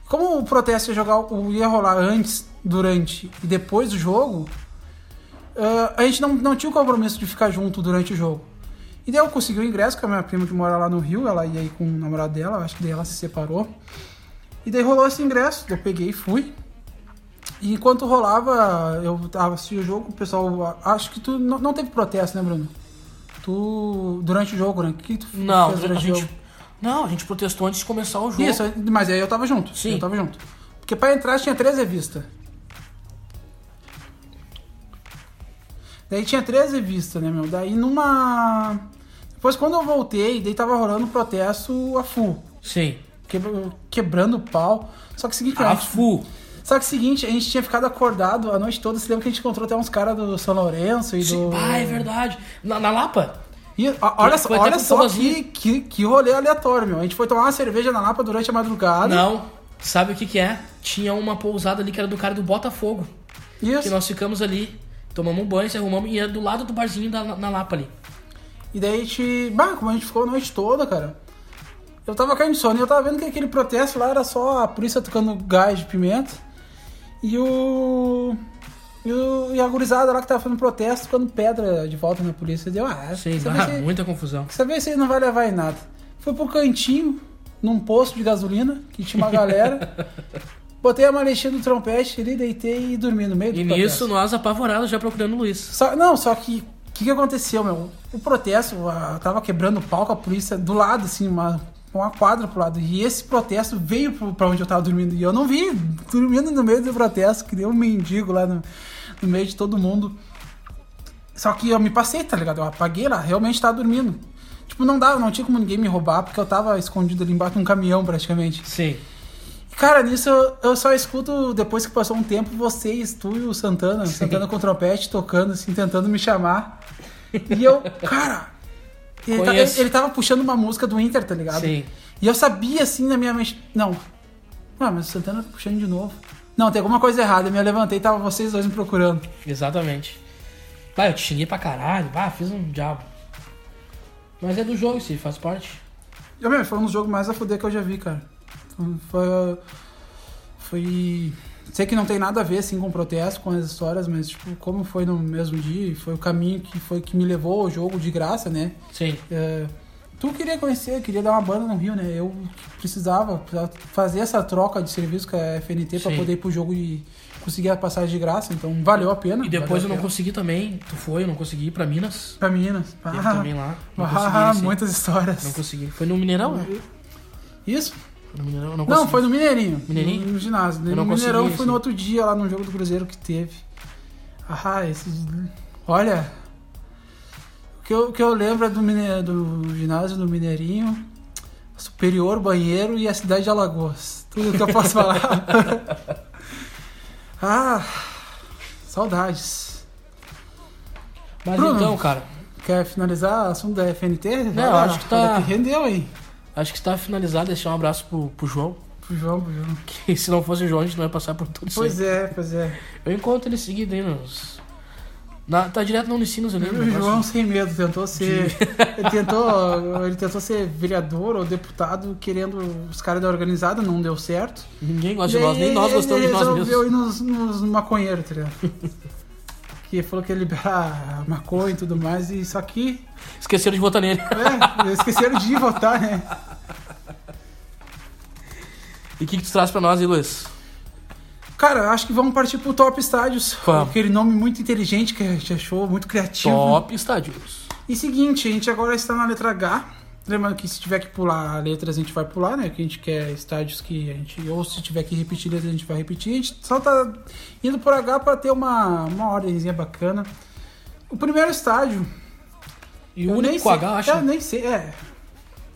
Speaker 1: Como o protesto ia, jogar, o- ia rolar antes, durante e depois do jogo, ah, a gente não, não tinha o compromisso de ficar junto durante o jogo. E daí eu consegui o ingresso, que a minha prima que mora lá no Rio, ela ia aí com o namorado dela, eu acho que daí ela se separou. E daí rolou esse ingresso, eu peguei e fui. E enquanto rolava, eu tava assistindo o jogo, o pessoal. "Ah, Acho que tu. Não, não teve protesto, né, Bruno? Tu. Durante o jogo, né? O que tu
Speaker 2: Não,
Speaker 1: fez
Speaker 2: a
Speaker 1: durante o
Speaker 2: gente,
Speaker 1: jogo?
Speaker 2: não, a gente protestou antes de começar o jogo.
Speaker 1: Isso, é mas aí eu tava junto.
Speaker 2: Sim.
Speaker 1: Eu tava junto. Porque pra entrar tinha três revistas. Daí tinha três revistas, né, meu? Daí numa. Depois quando eu voltei, daí tava rolando um protesto a full.
Speaker 2: Sim.
Speaker 1: Quebra- Quebrando o pau. Só que o seguinte,
Speaker 2: A
Speaker 1: gente-
Speaker 2: FU.
Speaker 1: Só que o seguinte, a gente tinha ficado acordado a noite toda. Você lembra que a gente encontrou até uns caras do São Lourenço e do.
Speaker 2: Ah, é verdade. Na, na Lapa?
Speaker 1: E, ó, olha só,
Speaker 2: Foi até
Speaker 1: olha
Speaker 2: com
Speaker 1: só que,
Speaker 2: Tomazinho.
Speaker 1: que, que rolê aleatório, meu. A gente foi tomar uma cerveja na Lapa durante a madrugada.
Speaker 2: Não. Sabe o que que é? Tinha uma pousada ali que era do cara do Botafogo. Que
Speaker 1: Isso.
Speaker 2: nós ficamos ali, tomamos um banho, se arrumamos e era do lado do barzinho da, na Lapa ali.
Speaker 1: E daí a gente. Bah, como a gente ficou a noite toda, cara. Eu tava caindo de sono e eu tava vendo que aquele protesto lá era só a polícia tocando gás de pimenta e o. E, o, e a gurizada lá que tava fazendo protesto tocando pedra de volta na polícia. Deu, ah,
Speaker 2: Sei
Speaker 1: saber
Speaker 2: lá,
Speaker 1: se-
Speaker 2: muita confusão.
Speaker 1: saber se ele não vai levar em nada. Fui pro cantinho, num posto de gasolina, que tinha uma galera. Botei a malechinha do trompete ali, deitei e dormi no meio do
Speaker 2: E
Speaker 1: protesto.
Speaker 2: nisso, nós apavorados já procurando o Luiz.
Speaker 1: Só- não, só que o que, que aconteceu, meu? O protesto, a, tava quebrando o palco, a polícia do lado, assim, uma, uma quadra pro lado. E esse protesto veio pro, pra onde eu tava dormindo. E eu não vi, dormindo no meio do protesto, que deu um mendigo lá no, no meio de todo mundo. Só que eu me passei, tá ligado? Eu apaguei lá, realmente tava dormindo. Tipo, não dava, não tinha como ninguém me roubar, porque eu tava escondido ali embaixo de um caminhão, praticamente.
Speaker 2: Sim.
Speaker 1: Cara, nisso eu, eu só escuto, depois que passou um tempo, vocês, tu e o Santana, Santana com trompete, tocando, assim, tentando me chamar. E eu, cara, ele, tá-
Speaker 2: Conheço.
Speaker 1: ele- ele tava puxando uma música do Inter, tá ligado?
Speaker 2: Sim.
Speaker 1: E eu sabia, assim, na minha mente, não, ah, mas o Santana tá puxando de novo. Não, tem alguma coisa errada, eu me levantei e tava vocês dois me procurando.
Speaker 2: Exatamente. Bah, eu te xinguei pra caralho. Bah, fiz um diabo. Mas é do jogo, sim, faz parte.
Speaker 1: Eu mesmo, foi um dos jogos mais a fuder que eu já vi, cara. Foi- Foi. Foi. Sei que não tem nada a ver assim com o protesto, com as histórias, mas tipo, como foi no mesmo dia, e foi o caminho que foi que me levou ao jogo de graça, né?
Speaker 2: Sim.
Speaker 1: É, tu queria conhecer, queria dar uma banda no Rio, né? Eu precisava, precisava fazer essa troca de serviço com a FNT pra
Speaker 2: Sim.
Speaker 1: poder ir pro jogo e conseguir a passagem de graça, então valeu a pena.
Speaker 2: E depois
Speaker 1: valeu
Speaker 2: eu não
Speaker 1: a pena.
Speaker 2: consegui também. Tu foi, eu não consegui ir pra Minas.
Speaker 1: Pra Minas.
Speaker 2: Teve
Speaker 1: Ah,
Speaker 2: também lá. Não
Speaker 1: ah,
Speaker 2: consegui, sim.
Speaker 1: muitas histórias.
Speaker 2: Não consegui. Foi no Mineirão, né?
Speaker 1: Isso?
Speaker 2: Foi no Mineirão, eu não consegui.
Speaker 1: Não, foi no Mineirinho.
Speaker 2: Mineirinho?
Speaker 1: No, no ginásio.
Speaker 2: Eu
Speaker 1: No
Speaker 2: não
Speaker 1: Mineirão
Speaker 2: consegui,
Speaker 1: foi
Speaker 2: sim.
Speaker 1: no outro dia lá no jogo do Cruzeiro que teve. Ah, esse. Olha. O que eu, o que eu lembro é do, Mine- do ginásio do Mineirinho, Superior, Banheiro e a cidade de Alagoas. Tudo que eu posso falar. ah. Saudades.
Speaker 2: Mas
Speaker 1: Bruno.
Speaker 2: então, cara,
Speaker 1: Quer finalizar o assunto da FNT? Vai
Speaker 2: Não,
Speaker 1: lá,
Speaker 2: acho que tá-
Speaker 1: olha rendeu, hein?
Speaker 2: acho que está finalizado. Deixar um abraço pro, pro João.
Speaker 1: Pro João, pro João.
Speaker 2: Que se não fosse o João, a gente não ia passar por tudo isso. aí.
Speaker 1: Pois é, pois é.
Speaker 2: Eu encontro ele seguido aí nos. Na, tá direto na Unicinos ali. no
Speaker 1: O
Speaker 2: negócio.
Speaker 1: João sem medo tentou ser. ele, tentou, ele tentou ser vereador ou deputado querendo os caras da organizada, não deu certo.
Speaker 2: Ninguém gosta de nós, nem nós gostamos de nós
Speaker 1: Ele resolveu
Speaker 2: mesmos.
Speaker 1: ir nos, nos maconheiros, tá ligado? Que falou que ia liberar maconha e tudo mais, e só que.
Speaker 2: Esqueceram de votar nele.
Speaker 1: É, esqueceram de ir votar, né?
Speaker 2: E o que, que tu traz pra nós aí, Luiz?
Speaker 1: Cara, eu acho que vamos partir pro Top Estádios.
Speaker 2: Vamos.
Speaker 1: Aquele nome muito inteligente que a gente achou, muito criativo.
Speaker 2: Top estádios.
Speaker 1: E seguinte, a gente agora está na letra H. Lembrando que se tiver que pular letras, a gente vai pular, né? Que a gente quer estádios que a gente. Ou se tiver que repetir letras, a gente vai repetir. A gente só tá indo por H para ter uma, uma ordemzinha bacana. O primeiro estádio.
Speaker 2: E
Speaker 1: eu
Speaker 2: o
Speaker 1: nem
Speaker 2: único com
Speaker 1: sei-
Speaker 2: H, acho.
Speaker 1: Eu nem sei, é.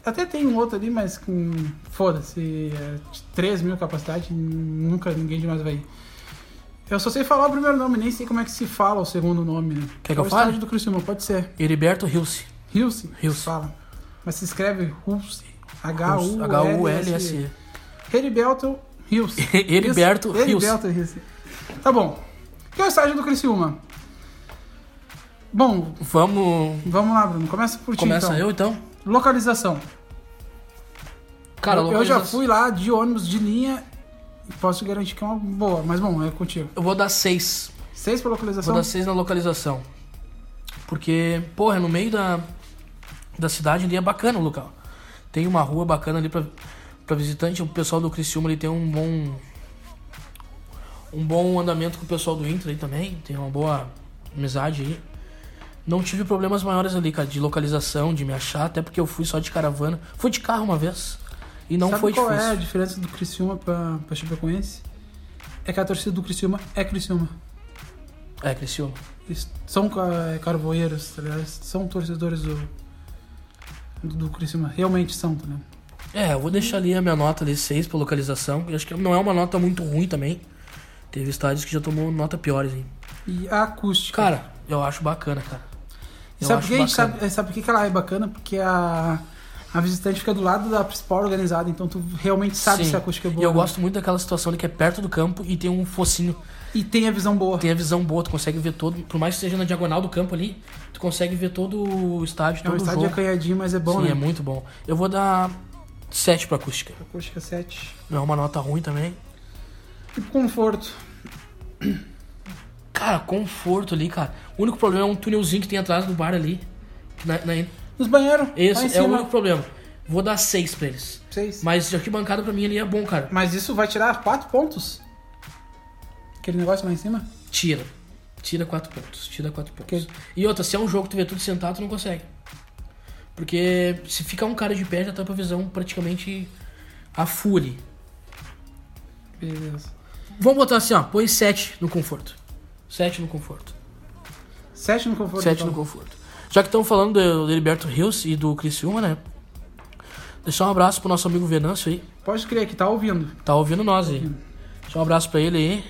Speaker 1: Até tem um outro ali, mas com. Foda-se. É, de 3 mil capacidade, nunca ninguém demais vai ir. Eu só sei falar o primeiro nome, nem sei como é que se fala o segundo nome, né?
Speaker 2: Quer que
Speaker 1: É
Speaker 2: eu
Speaker 1: o
Speaker 2: fale?
Speaker 1: estádio do Criciúma, pode ser.
Speaker 2: Heriberto Hilse.
Speaker 1: Hilse?
Speaker 2: Hilse.
Speaker 1: Fala. Mas se escreve Hulse. H-U-L-S-E.
Speaker 2: H-U-L-S-E.
Speaker 1: Heriberto Hilse.
Speaker 2: Heriberto
Speaker 1: Isso, Heriberto Hilse. Tá bom. Que é o estágio do Criciúma? Bom,
Speaker 2: Vamos.
Speaker 1: vamos lá, Bruno. Começa por ti,
Speaker 2: Começa
Speaker 1: então.
Speaker 2: eu então?
Speaker 1: Localização.
Speaker 2: Cara,
Speaker 1: eu, eu já
Speaker 2: localização-
Speaker 1: fui lá de ônibus de linha e posso te garantir que é uma boa. Mas, bom, é contigo.
Speaker 2: Eu vou dar seis.
Speaker 1: Seis pra localização.
Speaker 2: Vou dar seis na localização. Porque, porra, é no meio da, da cidade ali é bacana o local. Tem uma rua bacana ali pra, pra visitante. O pessoal do Criciúma ali tem um bom. Um bom andamento com o pessoal do Inter aí também. Tem uma boa amizade aí. Não tive problemas maiores ali, cara, de localização, de me achar, até porque eu fui só de caravana. Fui de carro uma vez. E não
Speaker 1: Sabe
Speaker 2: foi
Speaker 1: qual
Speaker 2: difícil.
Speaker 1: é a diferença do Criciúma pra, pra Chapecoense? É que a torcida do Criciúma é Criciúma.
Speaker 2: É, Criciúma.
Speaker 1: Eles são ca- carvoeiros, tá ligado? Eles São torcedores do, do, do Criciúma. Realmente são, tá ligado?
Speaker 2: É, eu vou deixar ali a minha nota ali, 6 pra localização. Eu acho que não é uma nota muito ruim também. Teve estádios que já tomou nota piores, hein?
Speaker 1: E a acústica.
Speaker 2: Cara, eu acho bacana, cara.
Speaker 1: E
Speaker 2: Eu
Speaker 1: sabe
Speaker 2: acho
Speaker 1: por que a gente
Speaker 2: bacana.
Speaker 1: sabe, sabe por que que ela é bacana? Porque a, a visitante fica do lado da principal organizada, então tu realmente sabe
Speaker 2: Sim.
Speaker 1: se a acústica é boa.
Speaker 2: E eu
Speaker 1: né?
Speaker 2: gosto muito daquela situação ali que é perto do campo e tem um focinho.
Speaker 1: E tem a visão boa.
Speaker 2: Tem a visão boa, tu consegue ver todo. Por mais que seja na diagonal do campo ali, tu consegue ver todo o estádio,
Speaker 1: É
Speaker 2: todo
Speaker 1: um
Speaker 2: o
Speaker 1: estádio
Speaker 2: jogo.
Speaker 1: acanhadinho, mas é bom,
Speaker 2: Sim,
Speaker 1: né?
Speaker 2: é muito bom. Eu vou dar 7 pra acústica.
Speaker 1: Acústica 7.
Speaker 2: Não é uma nota ruim também.
Speaker 1: E pro conforto.
Speaker 2: Cara, conforto ali, cara. O único problema é um túnelzinho que tem atrás do bar ali. que Na, na,
Speaker 1: Nos banheiros. lá Então, em
Speaker 2: esse é o
Speaker 1: cima,
Speaker 2: único problema. Vou dar 6 pra eles.
Speaker 1: seis. Mas...
Speaker 2: Mas de arquibancada pra mim ali é bom, cara.
Speaker 1: isso vai tirar 4 pontos? Aquele negócio lá em cima?
Speaker 2: Tira. Tira 4 pontos. Tira 4 pontos. E outra, se é um jogo que tu vê tudo sentado, tu não consegue. Porque se ficar um cara de pé, já tá pra visão praticamente a fúria.
Speaker 1: Beleza.
Speaker 2: Vamos botar assim, ó. Põe 7 no conforto. 7 no conforto.
Speaker 1: 7 no conforto.
Speaker 2: 7
Speaker 1: então.
Speaker 2: no conforto. Já que estamos falando do do Heriberto Rios e do Criciúma, né? Deixar um abraço pro nosso amigo Venâncio aí.
Speaker 1: Pode crer que tá ouvindo.
Speaker 2: Tá ouvindo nós aí. Deixa um abraço pra ele aí.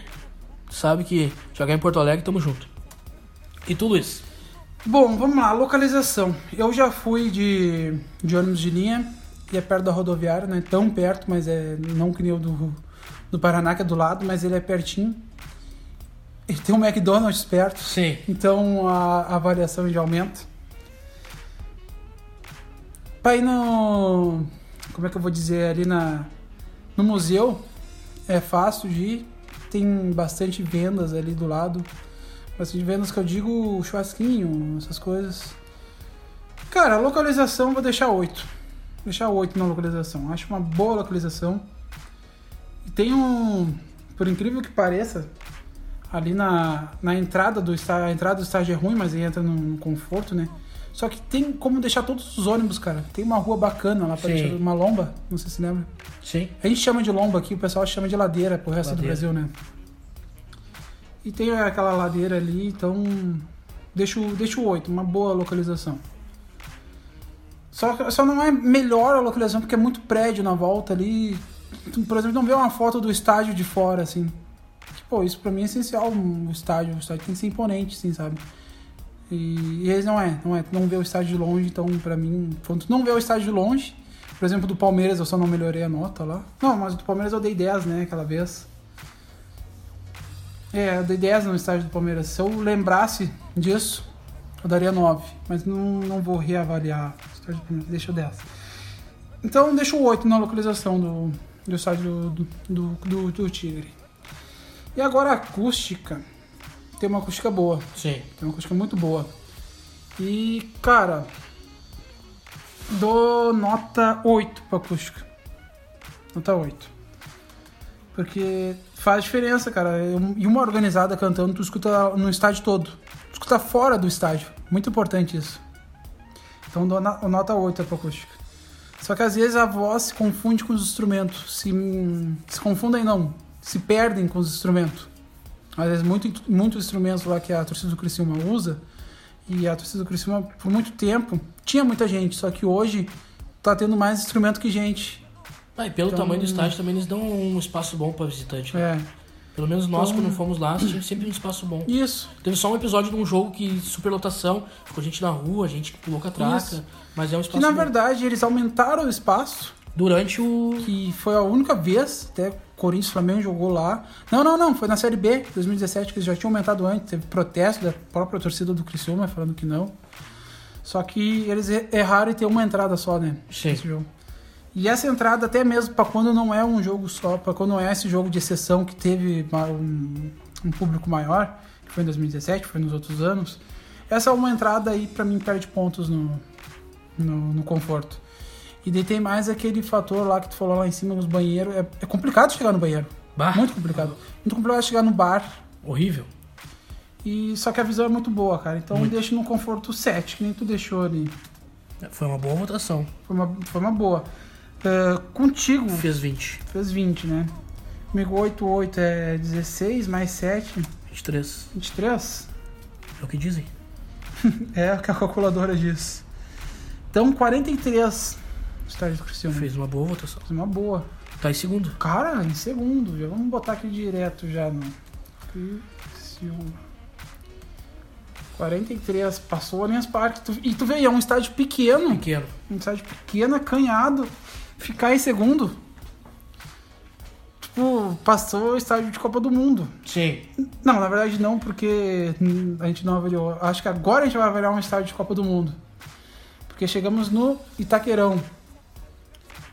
Speaker 2: Sabe que jogar em Porto Alegre, tamo junto. E tu, Luiz?
Speaker 1: Bom, vamos lá, localização. Eu já fui de, de ônibus de linha e é perto da rodoviária, não é tão perto, mas é não que nem o do, do Paraná, que é do lado, mas ele é pertinho. E tem um McDonald's perto,
Speaker 2: Sim.
Speaker 1: então a, a variação já aumenta. Pra ir no. Como é que eu vou dizer? Ali na, no museu é fácil de ir, tem bastante vendas ali do lado. Bastante vendas que eu digo churrasquinho, essas coisas. Cara, a localização vou deixar 8. Vou deixar 8 na localização. Acho uma boa localização. E tem um. Por incrível que pareça, ali na, na entrada do estágio. A entrada do estágio é ruim, mas aí entra no, no conforto, né? Só que tem como deixar todos os ônibus, cara. Tem uma rua bacana lá pra
Speaker 2: Sim.
Speaker 1: deixar uma lomba, não sei se lembra.
Speaker 2: Sim.
Speaker 1: A gente chama de lomba aqui, o pessoal chama de ladeira pro resto do
Speaker 2: Ladeira.
Speaker 1: Brasil, né? E tem aquela ladeira ali, então. Deixa o, deixa o 8, uma boa localização. Só, que- só não é melhor a localização porque é muito prédio na volta ali. Tu, por exemplo, não vê uma foto do estádio de fora, assim. Que, pô, isso pra mim é essencial, o estádio. O estádio tem que ser imponente, assim, sabe? E, e eles não é, não é. Tu não vê o estádio de longe, então pra mim, quando tu não vê o estádio de longe, por exemplo, do Palmeiras eu só não melhorei a nota lá. Não, mas do Palmeiras eu dei 10, né, aquela vez. É, eu dei 10 no estádio do Palmeiras. Se eu lembrasse disso, eu daria 9. Mas não, não vou reavaliar o estádio do Palmeiras, deixa o 10. Então deixa o 8 na localização do, do estádio do, do, do, do Tigre. E agora a acústica. Tem uma acústica boa.
Speaker 2: Sim.
Speaker 1: Tem É uma acústica muito boa. E, cara, dou nota 8 pra acústica. Nota 8. Porque faz diferença, cara. Eu- E uma organizada cantando, tu escuta no estádio todo. Tu escuta fora do estádio. Muito importante isso. Então dou na- nota 8 pra acústica. Só que às vezes a voz se confunde com os instrumentos. Se, se confundem, não. Se perdem com os instrumentos. Às vezes, muito, muitos instrumentos lá que a torcida do Criciúma usa, e a torcida do Criciúma, por muito tempo, tinha muita gente, só que hoje tá tendo mais instrumento que gente.
Speaker 2: Ah, e pelo
Speaker 1: Então-
Speaker 2: tamanho do estádio também eles dão um espaço bom pra visitante. né?
Speaker 1: É,
Speaker 2: Pelo menos nós,
Speaker 1: Então-
Speaker 2: quando fomos lá, tinha sempre um espaço bom.
Speaker 1: isso.
Speaker 2: Teve só um episódio de um jogo que superlotação, ficou gente na rua, gente que pulou catraca,
Speaker 1: Isso.
Speaker 2: mas é um espaço
Speaker 1: Que na
Speaker 2: bom.
Speaker 1: verdade eles aumentaram o espaço,
Speaker 2: Durante o...
Speaker 1: que foi a única vez, até Corinthians e Flamengo jogou lá. Não, não, não, foi na Série B, 2017, que eles já tinham aumentado antes. Teve protesto da própria torcida do Criciúma falando que não. Só que eles er- erraram e tem uma entrada só, né?
Speaker 2: Sim.
Speaker 1: Esse jogo. E essa entrada, até mesmo para quando não é um jogo só, para quando não é esse jogo de exceção que teve ma- um, um público maior, que foi em 2017, foi nos outros anos, essa é uma entrada aí para mim perde pontos no, no, no conforto. E daí tem mais aquele fator lá que tu falou lá em cima, nos banheiros. É, é complicado chegar no banheiro.
Speaker 2: Bah,
Speaker 1: Muito complicado. Muito complicado chegar no bar.
Speaker 2: horrível.
Speaker 1: E só que a visão é muito boa, cara. Então deixa no conforto 7, que nem tu deixou ali.
Speaker 2: Foi uma boa votação.
Speaker 1: Foi uma, foi uma boa. Ah, contigo,
Speaker 2: Fez 20.
Speaker 1: fez 20, né? Comigo 8, 8 é 16, mais 7,
Speaker 2: 23.
Speaker 1: 23?
Speaker 2: É o que dizem.
Speaker 1: É o que a calculadora diz. Então, 43 estágio do Cristiano. Fez
Speaker 2: Fez uma boa votação.
Speaker 1: uma boa.
Speaker 2: Tá em segundo.
Speaker 1: Cara, em segundo, já vamos botar aqui direto já no. Criciúma. 43, passou a Allianz Parque. Tu- E tu veio, é um estádio pequeno.
Speaker 2: Pequeno.
Speaker 1: um estádio pequeno, acanhado, ficar em segundo. Tipo, passou o estádio de Copa do Mundo.
Speaker 2: Sim.
Speaker 1: Não, na verdade não, porque hum, a gente não avaliou. Acho que agora a gente vai avaliar um estádio de Copa do Mundo. Porque chegamos no Itaquerão.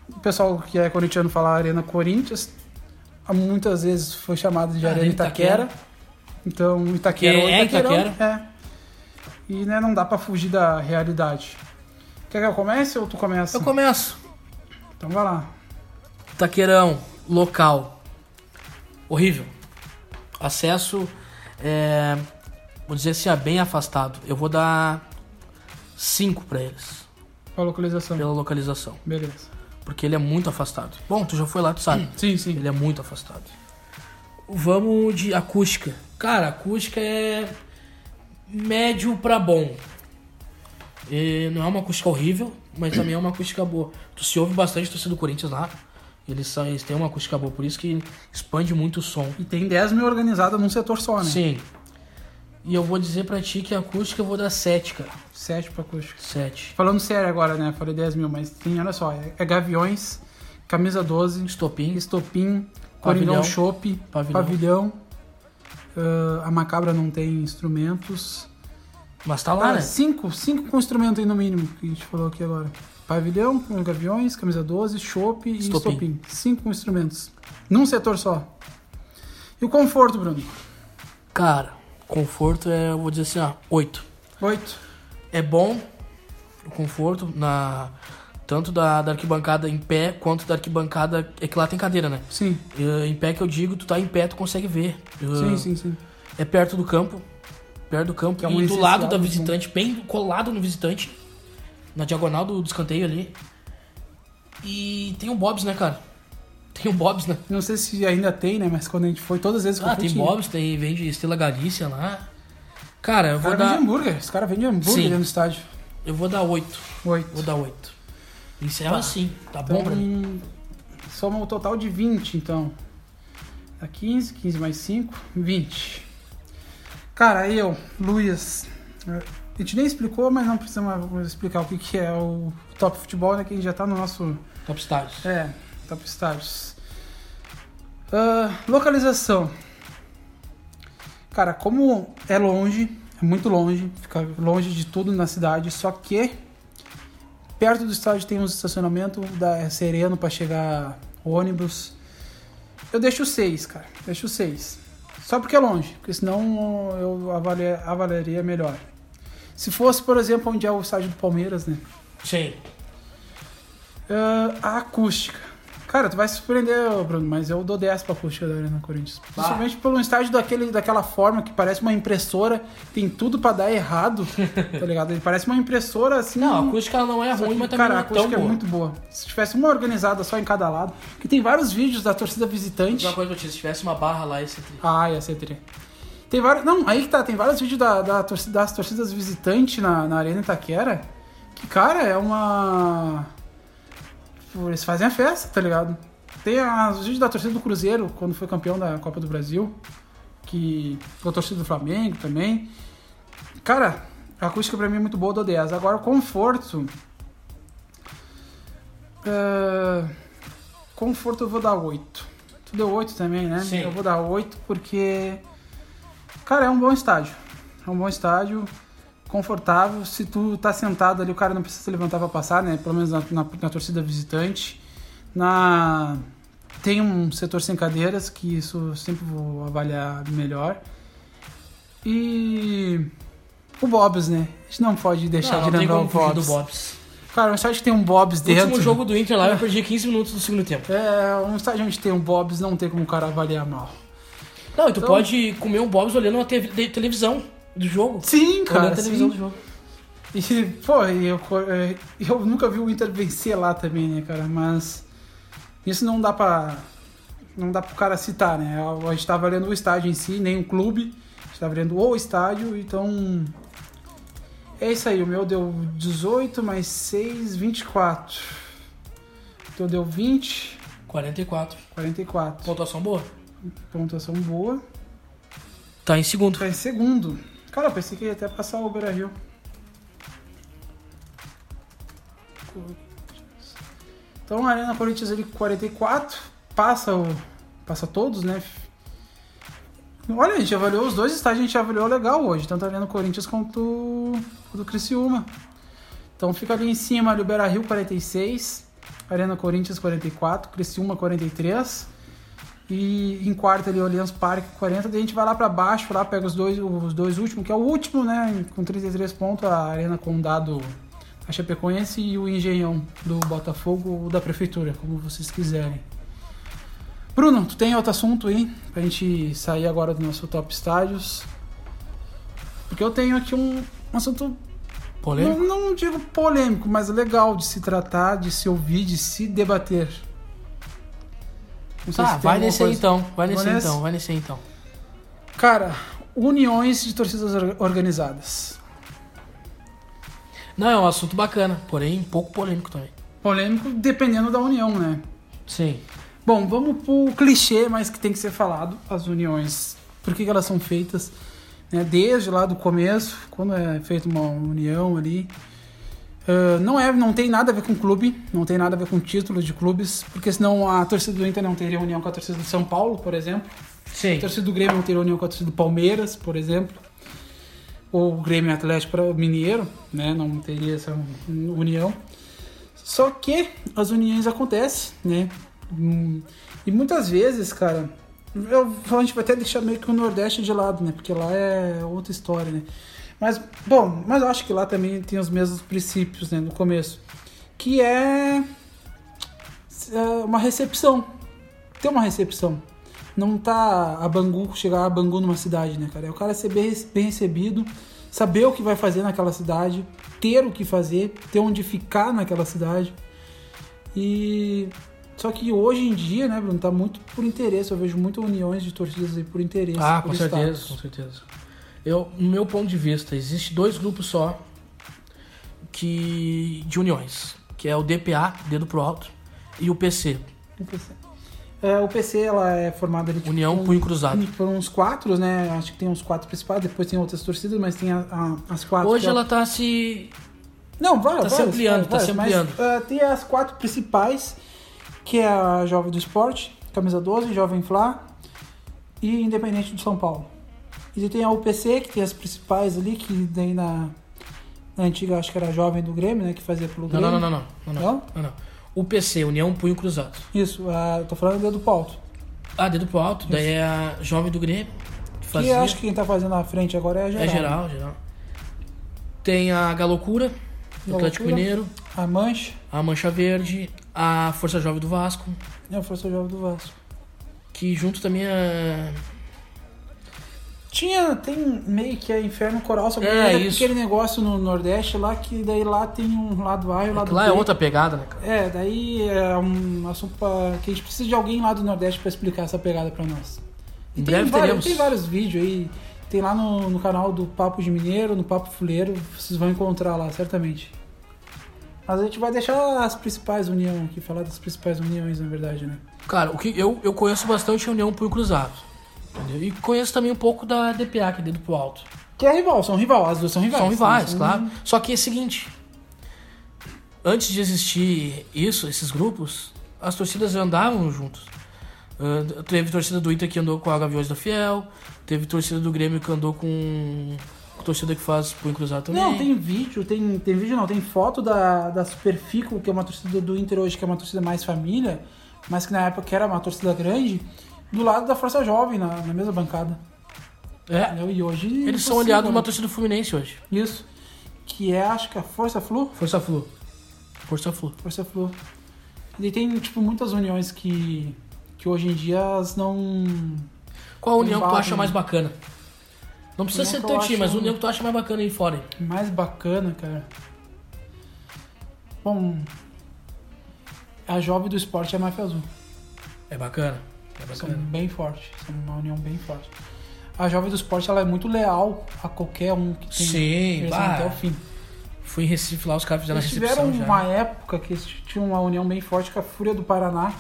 Speaker 1: o pessoal que é corintiano fala Arena Corinthians. Há Muitas vezes foi chamado de Arena
Speaker 2: Ah, Arena
Speaker 1: Itaquera.
Speaker 2: Itaquera.
Speaker 1: Então, Itaquera
Speaker 2: Que
Speaker 1: ou
Speaker 2: é
Speaker 1: Itaquerão,
Speaker 2: Itaquera.
Speaker 1: É. E né, não dá pra fugir da realidade. Quer que eu comece ou tu começa?
Speaker 2: Eu começo.
Speaker 1: Então vai lá.
Speaker 2: Taqueirão, local. Horrível. Acesso, é, vou dizer assim, ah, bem afastado. Eu vou dar 5 pra eles,
Speaker 1: Qual a localização?
Speaker 2: pela localização.
Speaker 1: Beleza.
Speaker 2: Porque ele é muito afastado. Bom, tu já foi lá, tu sabe.
Speaker 1: Sim, sim.
Speaker 2: Ele é muito afastado. Vamos de acústica. Cara, acústica é médio pra bom. E não é uma acústica horrível, mas também é uma acústica boa. Tu se ouve bastante torcida do Corinthians lá. Eles, são, eles têm uma acústica boa, por isso que expande muito o som.
Speaker 1: E tem 10 mil organizadas num setor só, né?
Speaker 2: Sim. E eu vou dizer pra ti que a acústica eu vou dar 7, cara.
Speaker 1: 7 pra acústica.
Speaker 2: 7.
Speaker 1: Falando sério agora, né? Falei 10 mil, mas tem, olha só, é, é Gaviões, Camisa 12,
Speaker 2: Estopim.
Speaker 1: Estopim,
Speaker 2: Pavilhão.
Speaker 1: Coringão Chopp,
Speaker 2: Pavilhão.
Speaker 1: Pavilhão. ah, a Macabra não tem instrumentos.
Speaker 2: Mas tá lá,
Speaker 1: Ah,
Speaker 2: né?
Speaker 1: cinco, cinco com instrumento aí no mínimo, que a gente falou aqui agora. Pavilhão, Gaviões, Camisa 12, Chopp e
Speaker 2: Estopim.
Speaker 1: Estopim. Cinco com instrumentos. Num setor só. E o conforto, Bruno?
Speaker 2: Cara, conforto é, eu vou dizer assim, ó, 8.
Speaker 1: Oito.
Speaker 2: é bom o conforto na tanto da, da arquibancada em pé quanto da arquibancada é que lá tem cadeira né
Speaker 1: Sim.
Speaker 2: Eh, em pé que eu digo tu tá em pé tu consegue ver Eh,
Speaker 1: Sim, sim, sim.
Speaker 2: é perto do campo perto do campo
Speaker 1: Que é um
Speaker 2: e do
Speaker 1: essencial,
Speaker 2: lado da
Speaker 1: né?
Speaker 2: visitante bem colado no visitante na diagonal do, do escanteio ali e tem o Bob's né cara tem o Bob's né
Speaker 1: Não sei se ainda tem, né? Mas quando a gente foi, todas as vezes que
Speaker 2: ah
Speaker 1: eu fui,
Speaker 2: tem
Speaker 1: tinha.
Speaker 2: Bob's tem vende Estrela Galícia lá cara eu
Speaker 1: Os
Speaker 2: vou
Speaker 1: caras vendem
Speaker 2: dar
Speaker 1: hambúrguer. Os caras vendem hambúrguer
Speaker 2: Sim.
Speaker 1: dentro do estádio.
Speaker 2: eu vou dar oito
Speaker 1: Oito.
Speaker 2: vou dar oito encerra assim tá
Speaker 1: Então,
Speaker 2: bom pra mim
Speaker 1: Soma o total de 20, então. Dá 15, 15 mais 5, 20. Cara, eu, Luias. A gente nem explicou, mas não precisamos explicar o que, que é o top futebol, né? Que a gente já tá no nosso.
Speaker 2: Top Stars.
Speaker 1: É, top estádios. Ah, localização. Cara, como é longe, é muito longe, fica longe de tudo na cidade, só que perto do estádio tem um estacionamento, dá, é sereno pra chegar ônibus. Eu deixo seis, cara, deixo seis. Só porque é longe, porque senão eu avalia- avaliaria melhor. Se fosse, por exemplo, onde é o estádio do Palmeiras, né?
Speaker 2: Sim.
Speaker 1: Ah, a acústica. Cara, tu vai se surpreender, ô, Bruno, mas eu dou 10 pra acústica da Arena Corinthians. Principalmente pelo estádio daquele, daquela forma que parece uma impressora, tem tudo pra dar errado, tá ligado? Ele parece uma impressora assim.
Speaker 2: Não, a acústica ela não é
Speaker 1: só
Speaker 2: ruim,
Speaker 1: que,
Speaker 2: mas também
Speaker 1: Cara,
Speaker 2: não
Speaker 1: a
Speaker 2: é tão
Speaker 1: acústica é
Speaker 2: boa.
Speaker 1: muito boa. Se tivesse uma organizada só em cada lado, que tem vários vídeos da torcida visitante.
Speaker 2: Uma coisa pra ti, se tivesse uma barra lá, esse tri.
Speaker 1: Ah, ia ser tri. Tem vários. Não, aí que tá, tem vários vídeos da, da torcida- das torcidas visitantes na, na Arena Itaquera. Que, cara, é uma. Tipo, Eles fazem a festa, tá ligado? Tem as- os vídeos da torcida do Cruzeiro, quando foi campeão da Copa do Brasil. Que. Com a torcida do Flamengo também. Cara, a acústica pra mim é muito boa, eu dou 10. Agora, o conforto. Ah, Conforto eu vou dar 8. Tu deu 8 também, né?
Speaker 2: Sim.
Speaker 1: Eu vou dar 8 porque. Cara, é um bom estádio. É um bom estádio, confortável. Se tu tá sentado ali, o cara não precisa se levantar pra passar, né? Pelo menos na, na- na torcida visitante. Na. Tem um setor sem cadeiras, que isso eu sempre vou avaliar melhor. E. O Bobs, né? A gente não pode deixar de
Speaker 2: não, não tem
Speaker 1: lembrar o
Speaker 2: como fugir do
Speaker 1: Bobs.
Speaker 2: Bob's.
Speaker 1: Cara, um estádio que tem um Bobs
Speaker 2: No
Speaker 1: dentro.
Speaker 2: último jogo do Inter lá, eu perdi 15 minutos do segundo tempo.
Speaker 1: É, um estádio onde tem um Bobs não tem como o cara avaliar mal.
Speaker 2: Não, e tu
Speaker 1: Então-
Speaker 2: pode comer um Bob's olhando a te- de- televisão do jogo.
Speaker 1: Sim,
Speaker 2: olhando
Speaker 1: cara.
Speaker 2: a televisão
Speaker 1: Sim.
Speaker 2: do jogo.
Speaker 1: E, pô, eu, é, eu nunca vi o Inter vencer lá também, né, cara? Mas isso não dá pra. Não dá pro cara citar, né? A gente tá avaliando o estádio em si, nem o clube. A gente tá avaliando o estádio, então. É isso aí, o meu deu 18 mais 6, 24. Então deu 20,
Speaker 2: 44.
Speaker 1: 44.
Speaker 2: Pontuação boa.
Speaker 1: Pontuação boa.
Speaker 2: Tá em segundo.
Speaker 1: Tá em segundo. Cara, eu pensei que ia até passar o Beira Rio. Então a Arena Corinthians ali com 44. Passa o. Passa todos, né? Olha, a gente avaliou os dois estádios, a gente avaliou legal hoje, tanto a Arena Corinthians quanto o do Criciúma. Então fica ali em cima ali o Beira Rio 46. Arena Corinthians 44, Criciúma 43. E em quarto ali, Allianz Parque 40. Daí a gente vai lá pra baixo, lá pega os dois, os dois últimos, que é o último, né? Com 33 pontos, a Arena Condado, a Chapecoense e o Engenhão do Botafogo ou da Prefeitura, como vocês quiserem. Bruno, tu tem outro assunto aí pra gente sair agora do nosso top estádios? Porque eu tenho aqui um assunto
Speaker 2: Polêmico?
Speaker 1: não, não digo polêmico, mas legal de se tratar, de se ouvir, de se debater. Não sei
Speaker 2: Tá,
Speaker 1: se tem
Speaker 2: vai
Speaker 1: alguma
Speaker 2: nesse aí
Speaker 1: coisa.
Speaker 2: então. Vai
Speaker 1: Vou
Speaker 2: nesse aí
Speaker 1: nesse?
Speaker 2: então, vai nesse aí então.
Speaker 1: Cara, uniões de torcidas or- organizadas.
Speaker 2: Não, é um assunto bacana, porém pouco polêmico também.
Speaker 1: Polêmico dependendo da união, né?
Speaker 2: Sim.
Speaker 1: Bom, vamos pro clichê, mas que tem que ser falado, as uniões. Por que, que elas são feitas? né? Desde lá do começo, quando é feita uma união ali. Ah, não, é, não tem nada a ver com clube, não tem nada a ver com título de clubes, porque senão a torcida do Inter não teria união com a torcida do São Paulo, por exemplo.
Speaker 2: Sim.
Speaker 1: A torcida do Grêmio não teria união com a torcida do Palmeiras, por exemplo. Ou o Grêmio Atlético para o Mineiro, né? Não teria essa união. Só que as uniões acontecem, né? Hum, E muitas vezes, cara, eu- a gente vai até deixar meio que o Nordeste de lado, né? Porque lá é outra história, né? Mas, bom, mas eu acho que lá também tem os mesmos princípios, né? No começo. Que é é uma recepção. Ter uma recepção. Não tá a Bangu, chegar a Bangu numa cidade, né, cara? É o cara ser bem, bem recebido, saber o que vai fazer naquela cidade, ter o que fazer, ter onde ficar naquela cidade. E. Só que hoje em dia, né, Bruno, tá muito por interesse. Eu vejo muitas uniões de torcidas aí por interesse.
Speaker 2: Ah,
Speaker 1: por
Speaker 2: com certeza,
Speaker 1: status.
Speaker 2: com certeza. Eu, no meu ponto de vista, existe dois grupos só que de uniões, que é o DPA, dedo pro alto, e o PC,
Speaker 1: O PC. É, o PC ela é formada ali tipo,
Speaker 2: União
Speaker 1: por-
Speaker 2: Punho Cruzado.
Speaker 1: por uns quatro, né? Acho que tem uns quatro principais, depois tem outras torcidas, mas tem a- a- as quatro.
Speaker 2: Hoje
Speaker 1: que é-
Speaker 2: ela tá se
Speaker 1: Não, várias,
Speaker 2: tá se
Speaker 1: várias,
Speaker 2: ampliando, tá
Speaker 1: várias,
Speaker 2: se
Speaker 1: mas,
Speaker 2: ampliando.
Speaker 1: ah, tem as quatro principais, que é a Jovem do Esporte, Camisa 12, Jovem Flá e Independente do São Paulo. E tem a UPC, que tem as principais ali, que daí na, na antiga acho que era a Jovem do Grêmio, né? Que fazia pelo
Speaker 2: Não,
Speaker 1: Grêmio.
Speaker 2: não, não, não, não, não, não,
Speaker 1: Não?
Speaker 2: não, não. O PC, União Punho Cruzado.
Speaker 1: Isso, ah, tô falando do do alto.
Speaker 2: Ah, dedo pro alto, daí é a jovem do Grêmio, que
Speaker 1: E
Speaker 2: fazia,
Speaker 1: acho que quem tá fazendo na frente agora é a Geral.
Speaker 2: é geral, geral. Tem a Galocura, do Atlético
Speaker 1: Galocura.
Speaker 2: Mineiro,
Speaker 1: A Mancha
Speaker 2: a Mancha Verde, a Força Jovem do Vasco,
Speaker 1: e a Força Jovem do Vasco.
Speaker 2: que junto também é
Speaker 1: Tinha, tem meio que é inferno coral, só que
Speaker 2: É,
Speaker 1: era
Speaker 2: isso.
Speaker 1: aquele negócio no Nordeste lá, que daí lá tem um lado A e um lado
Speaker 2: Lá
Speaker 1: B.
Speaker 2: é outra pegada, né, cara?
Speaker 1: É, daí é um assunto pra, que a gente precisa de alguém lá do Nordeste pra explicar essa pegada pra nós. E tem,
Speaker 2: Em breve
Speaker 1: vários,
Speaker 2: teremos.
Speaker 1: tem vários vídeos aí, tem lá no, no canal do Papo de Mineiro, no Papo Fuleiro, vocês vão encontrar lá, certamente. Mas a gente vai deixar as principais uniões aqui, falar das principais uniões, na verdade, né?
Speaker 2: Cara, o que eu, eu conheço bastante a União Punho Cruzado. Entendeu? E conheço também um pouco da DPA, que é dedo pro alto.
Speaker 1: Que é rival, são rival, as duas são rivais.
Speaker 2: São rivais,
Speaker 1: São-
Speaker 2: claro. Só que é o seguinte: antes de existir isso, esses grupos, as torcidas andavam juntos. Ah, teve torcida do Inter que andou com a Gaviões da Fiel, teve torcida do Grêmio que andou com, com torcida que faz punho cruzado também.
Speaker 1: Não, tem vídeo, tem, tem vídeo não, tem foto da, da Superfico, que é uma torcida do Inter hoje, que é uma torcida mais família, mas que na época era uma torcida grande, do lado da Força Jovem, na, na mesma bancada.
Speaker 2: É,
Speaker 1: entendeu? E hoje.
Speaker 2: eles são
Speaker 1: impossível,
Speaker 2: aliados de uma
Speaker 1: né?
Speaker 2: torcida do Fluminense hoje.
Speaker 1: Isso. Que é, acho que a Força Flu?
Speaker 2: Força Flu. Força Flu.
Speaker 1: Força Flu. E tem, tipo, muitas uniões que. que hoje em dia elas não.
Speaker 2: Qual a união que tu
Speaker 1: Embaixo,
Speaker 2: acha
Speaker 1: né?
Speaker 2: mais bacana? Não precisa
Speaker 1: União
Speaker 2: ser
Speaker 1: que eu
Speaker 2: teu time,
Speaker 1: acho- um-
Speaker 2: mas a união que tu acha mais bacana aí fora.
Speaker 1: mais bacana, cara. Bom. A Jovem do Esporte é a Máfia Azul.
Speaker 2: É bacana. É
Speaker 1: São
Speaker 2: bacana.
Speaker 1: bem fortes, são uma união bem forte. A Jovem do Esporte ela é muito leal a qualquer um que tem.
Speaker 2: Sim, Ah,
Speaker 1: eles vão
Speaker 2: bah.
Speaker 1: até o fim.
Speaker 2: Fui em Recife lá, os caras fizeram a
Speaker 1: Eles
Speaker 2: recepção
Speaker 1: tiveram
Speaker 2: já.
Speaker 1: uma época que eles tinham uma união bem forte com a Fúria do Paraná.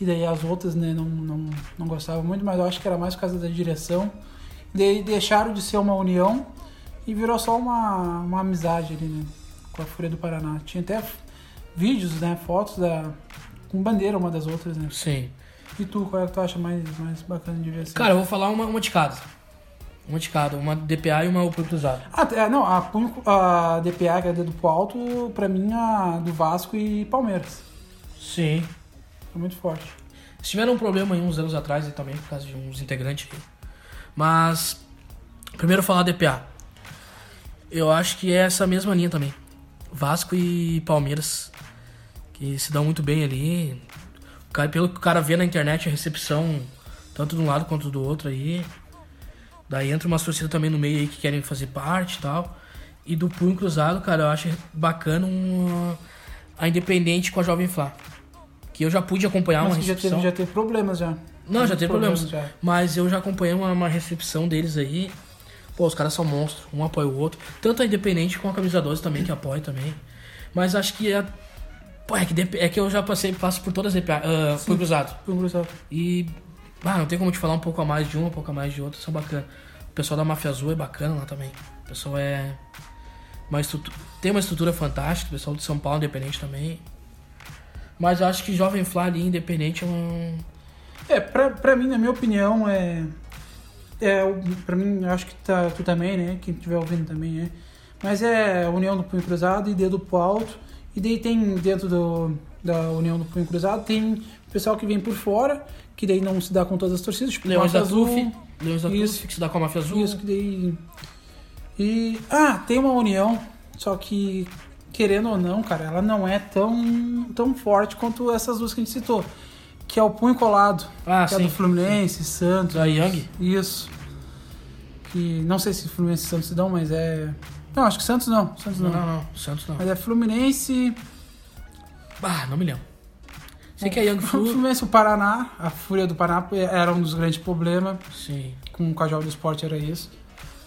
Speaker 1: E daí as outras né, não, não, não gostavam muito, mas eu acho que era mais por causa da direção. E daí deixaram de ser uma união e virou só uma, uma amizade ali, né? Com a Fúria do Paraná. Tinha até f- vídeos, né? Fotos da. Com bandeira uma das outras, né?
Speaker 2: Sim.
Speaker 1: E tu, qual é que tu acha mais, mais bacana de ver assim?
Speaker 2: Cara, eu vou falar uma, uma de cada. Uma de cada, uma DPA e uma UPA cruzada.
Speaker 1: Ah, é, não, a, punho, a DPA, que é dedo pro alto, pra mim, a do Vasco e Palmeiras.
Speaker 2: Sim.
Speaker 1: É muito forte.
Speaker 2: Eles tiveram um problema aí uns anos atrás aí também, por causa de uns integrantes aí. Mas, primeiro falar da EPA. Eu acho que é essa mesma linha também. Vasco e Palmeiras, que se dão muito bem ali. O cara- Pelo que o cara vê na internet, a recepção, tanto de um lado quanto do outro aí. Daí entra umas torcidas também no meio aí que querem fazer parte e tal. E do punho cruzado, cara, eu acho bacana um, a Independente com a Jovem Flá. Que eu já pude acompanhar
Speaker 1: Mas
Speaker 2: É uma
Speaker 1: que já
Speaker 2: recepção.
Speaker 1: teve, já teve problemas já. um
Speaker 2: Não, já teve problemas.
Speaker 1: já.
Speaker 2: Mas eu já acompanhei uma, uma recepção deles aí. Pô, os caras são monstros, um apoia o outro. Tanto a Independente como a Camisa 12 também, que apoia também. Mas acho que é. Pô, é que, dep- é que eu já passei, passo por todas as EPA, ah, por cruzado.
Speaker 1: Punho cruzado.
Speaker 2: E. Ah, não tem como te falar um pouco a mais de uma, um pouco a mais de outra, são bacana. O pessoal da Máfia Azul é bacana lá também. O pessoal é. Uma estrutu- tem uma estrutura fantástica, o pessoal de São Paulo independente também. Mas eu acho que Jovem Flá ali, independente, é um.
Speaker 1: É, pra, pra mim, na minha opinião, é. É, o- pra mim, eu acho que tá, tu também, né? Quem estiver ouvindo também, é. Mas é União do Punho Cruzado e Dedo Pro Alto. E daí tem dentro do, da União do Punho Cruzado, tem pessoal que vem por fora, que daí não se dá com todas as torcidas, tipo
Speaker 2: Leões
Speaker 1: Mata
Speaker 2: da Tuf. Leões da
Speaker 1: Isso.
Speaker 2: Tuf, que se dá com a Máfia Azul.
Speaker 1: Isso, que daí. E. Ah, tem uma união, só que, querendo ou não, cara, ela não é tão, tão forte quanto essas duas que a gente citou. Que é o punho colado.
Speaker 2: Ah,
Speaker 1: que é
Speaker 2: sim,
Speaker 1: do Fluminense, Santos.
Speaker 2: Da Young.
Speaker 1: Isso. Que. Não sei se Fluminense e Santos se dão, mas é. Não, acho que Santos não. Santos
Speaker 2: Não,
Speaker 1: não.
Speaker 2: não, não. Santos não.
Speaker 1: Mas é Fluminense.
Speaker 2: Ah, não me lembro. Sei que a Young Flu.
Speaker 1: Fluminense, o Paraná. A Fúria do Paraná era um dos grandes problemas.
Speaker 2: Sim.
Speaker 1: com o Cajal do Esporte era isso.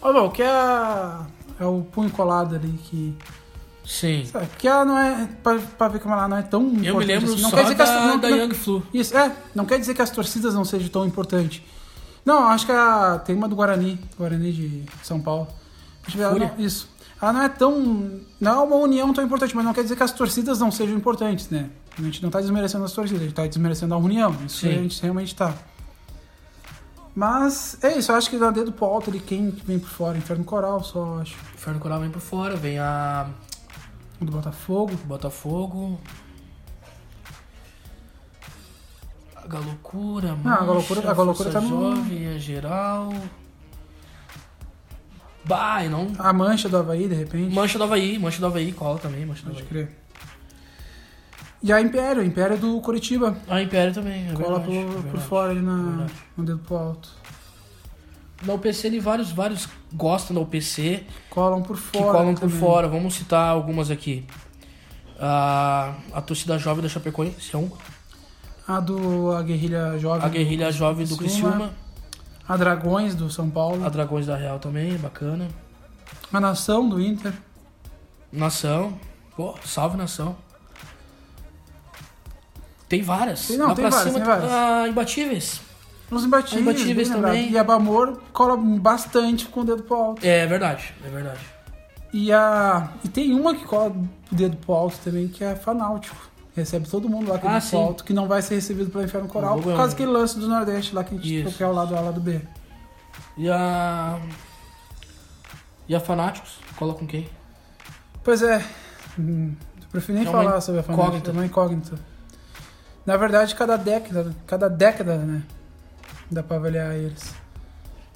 Speaker 1: Ó, não, que é, a- é o punho colado ali que.
Speaker 2: Sim.
Speaker 1: sabe, Que ela não é. Pra, pra ver como ela não é tão.
Speaker 2: Eu me
Speaker 1: importante
Speaker 2: lembro
Speaker 1: assim.
Speaker 2: só
Speaker 1: que as-
Speaker 2: da,
Speaker 1: não-
Speaker 2: da
Speaker 1: não-
Speaker 2: Young Flu.
Speaker 1: Isso, é, não quer dizer que as torcidas não sejam tão importantes. Não, acho que a, tem uma do Guarani, Guarani de São Paulo. Deixa eu ver, ela
Speaker 2: Fúria.
Speaker 1: não- isso. Ela não é tão. Não é uma união tão importante, mas não quer dizer que as torcidas não sejam importantes, né? A gente não tá desmerecendo as torcidas, a gente tá desmerecendo a união. Isso
Speaker 2: Sim.
Speaker 1: a gente realmente tá. Mas é isso, eu acho que dá dedo pro alto ali, quem que vem por fora, Inferno Coral, só acho.
Speaker 2: Inferno Coral vem por fora, vem a
Speaker 1: O do Botafogo.
Speaker 2: Botafogo. A Galocura,
Speaker 1: Não, a Galocura- a Galocura
Speaker 2: Força
Speaker 1: tá no-
Speaker 2: Jovem, a Geral. Bah, e não.
Speaker 1: A mancha do Havaí, de repente.
Speaker 2: Mancha do Havaí, Mancha do Havaí, cola também, Mancha do
Speaker 1: Pode
Speaker 2: Havaí.
Speaker 1: crer. E a Império, Império é do Curitiba.
Speaker 2: A Império também, é
Speaker 1: Cola
Speaker 2: verdade,
Speaker 1: por,
Speaker 2: é
Speaker 1: por
Speaker 2: verdade. é
Speaker 1: fora ali na,
Speaker 2: verdade.
Speaker 1: no dedo pro alto.
Speaker 2: Na UPC ele vários, vários gostam da UPC,
Speaker 1: Colam por fora.
Speaker 2: que colam por
Speaker 1: também.
Speaker 2: fora. Vamos citar algumas aqui. A, a torcida jovem da Chapecoense é uma.
Speaker 1: A do a Guerrilha Jovem.
Speaker 2: A guerrilha jovem do Criciúma.
Speaker 1: A Dragões do São Paulo.
Speaker 2: A
Speaker 1: A,
Speaker 2: Dragões da Real também, bacana.
Speaker 1: Nação do Inter.
Speaker 2: Nação. Pô, salve Nação. Tem várias.
Speaker 1: Tem- não,
Speaker 2: Lá
Speaker 1: tem
Speaker 2: pra
Speaker 1: várias,
Speaker 2: cima,
Speaker 1: tem várias.
Speaker 2: ah, imbatíveis.
Speaker 1: Os imbatíveis.
Speaker 2: Os imbatíveis
Speaker 1: bem lembrado.
Speaker 2: também.
Speaker 1: E a Bamor cola bastante com o dedo pro alto.
Speaker 2: É verdade, é verdade.
Speaker 1: E a. E tem uma que cola o dedo pro alto também, que é a Fanáutico. Recebe todo mundo lá com o
Speaker 2: Ah,
Speaker 1: dedo pro
Speaker 2: sim.
Speaker 1: alto, que não vai ser recebido pelo Inferno Coral,
Speaker 2: Logo
Speaker 1: por
Speaker 2: é
Speaker 1: causa
Speaker 2: um-
Speaker 1: daquele lance do Nordeste lá que a gente
Speaker 2: Isso.
Speaker 1: trocou o lado A lado B.
Speaker 2: E a. E a Fanáticos? Cola com quem?
Speaker 1: Pois é. Hum, eu prefiro nem
Speaker 2: É uma
Speaker 1: falar sobre a família.
Speaker 2: incógnita.
Speaker 1: É uma incógnita. Na verdade, cada década, cada década, né? Dá pra avaliar eles.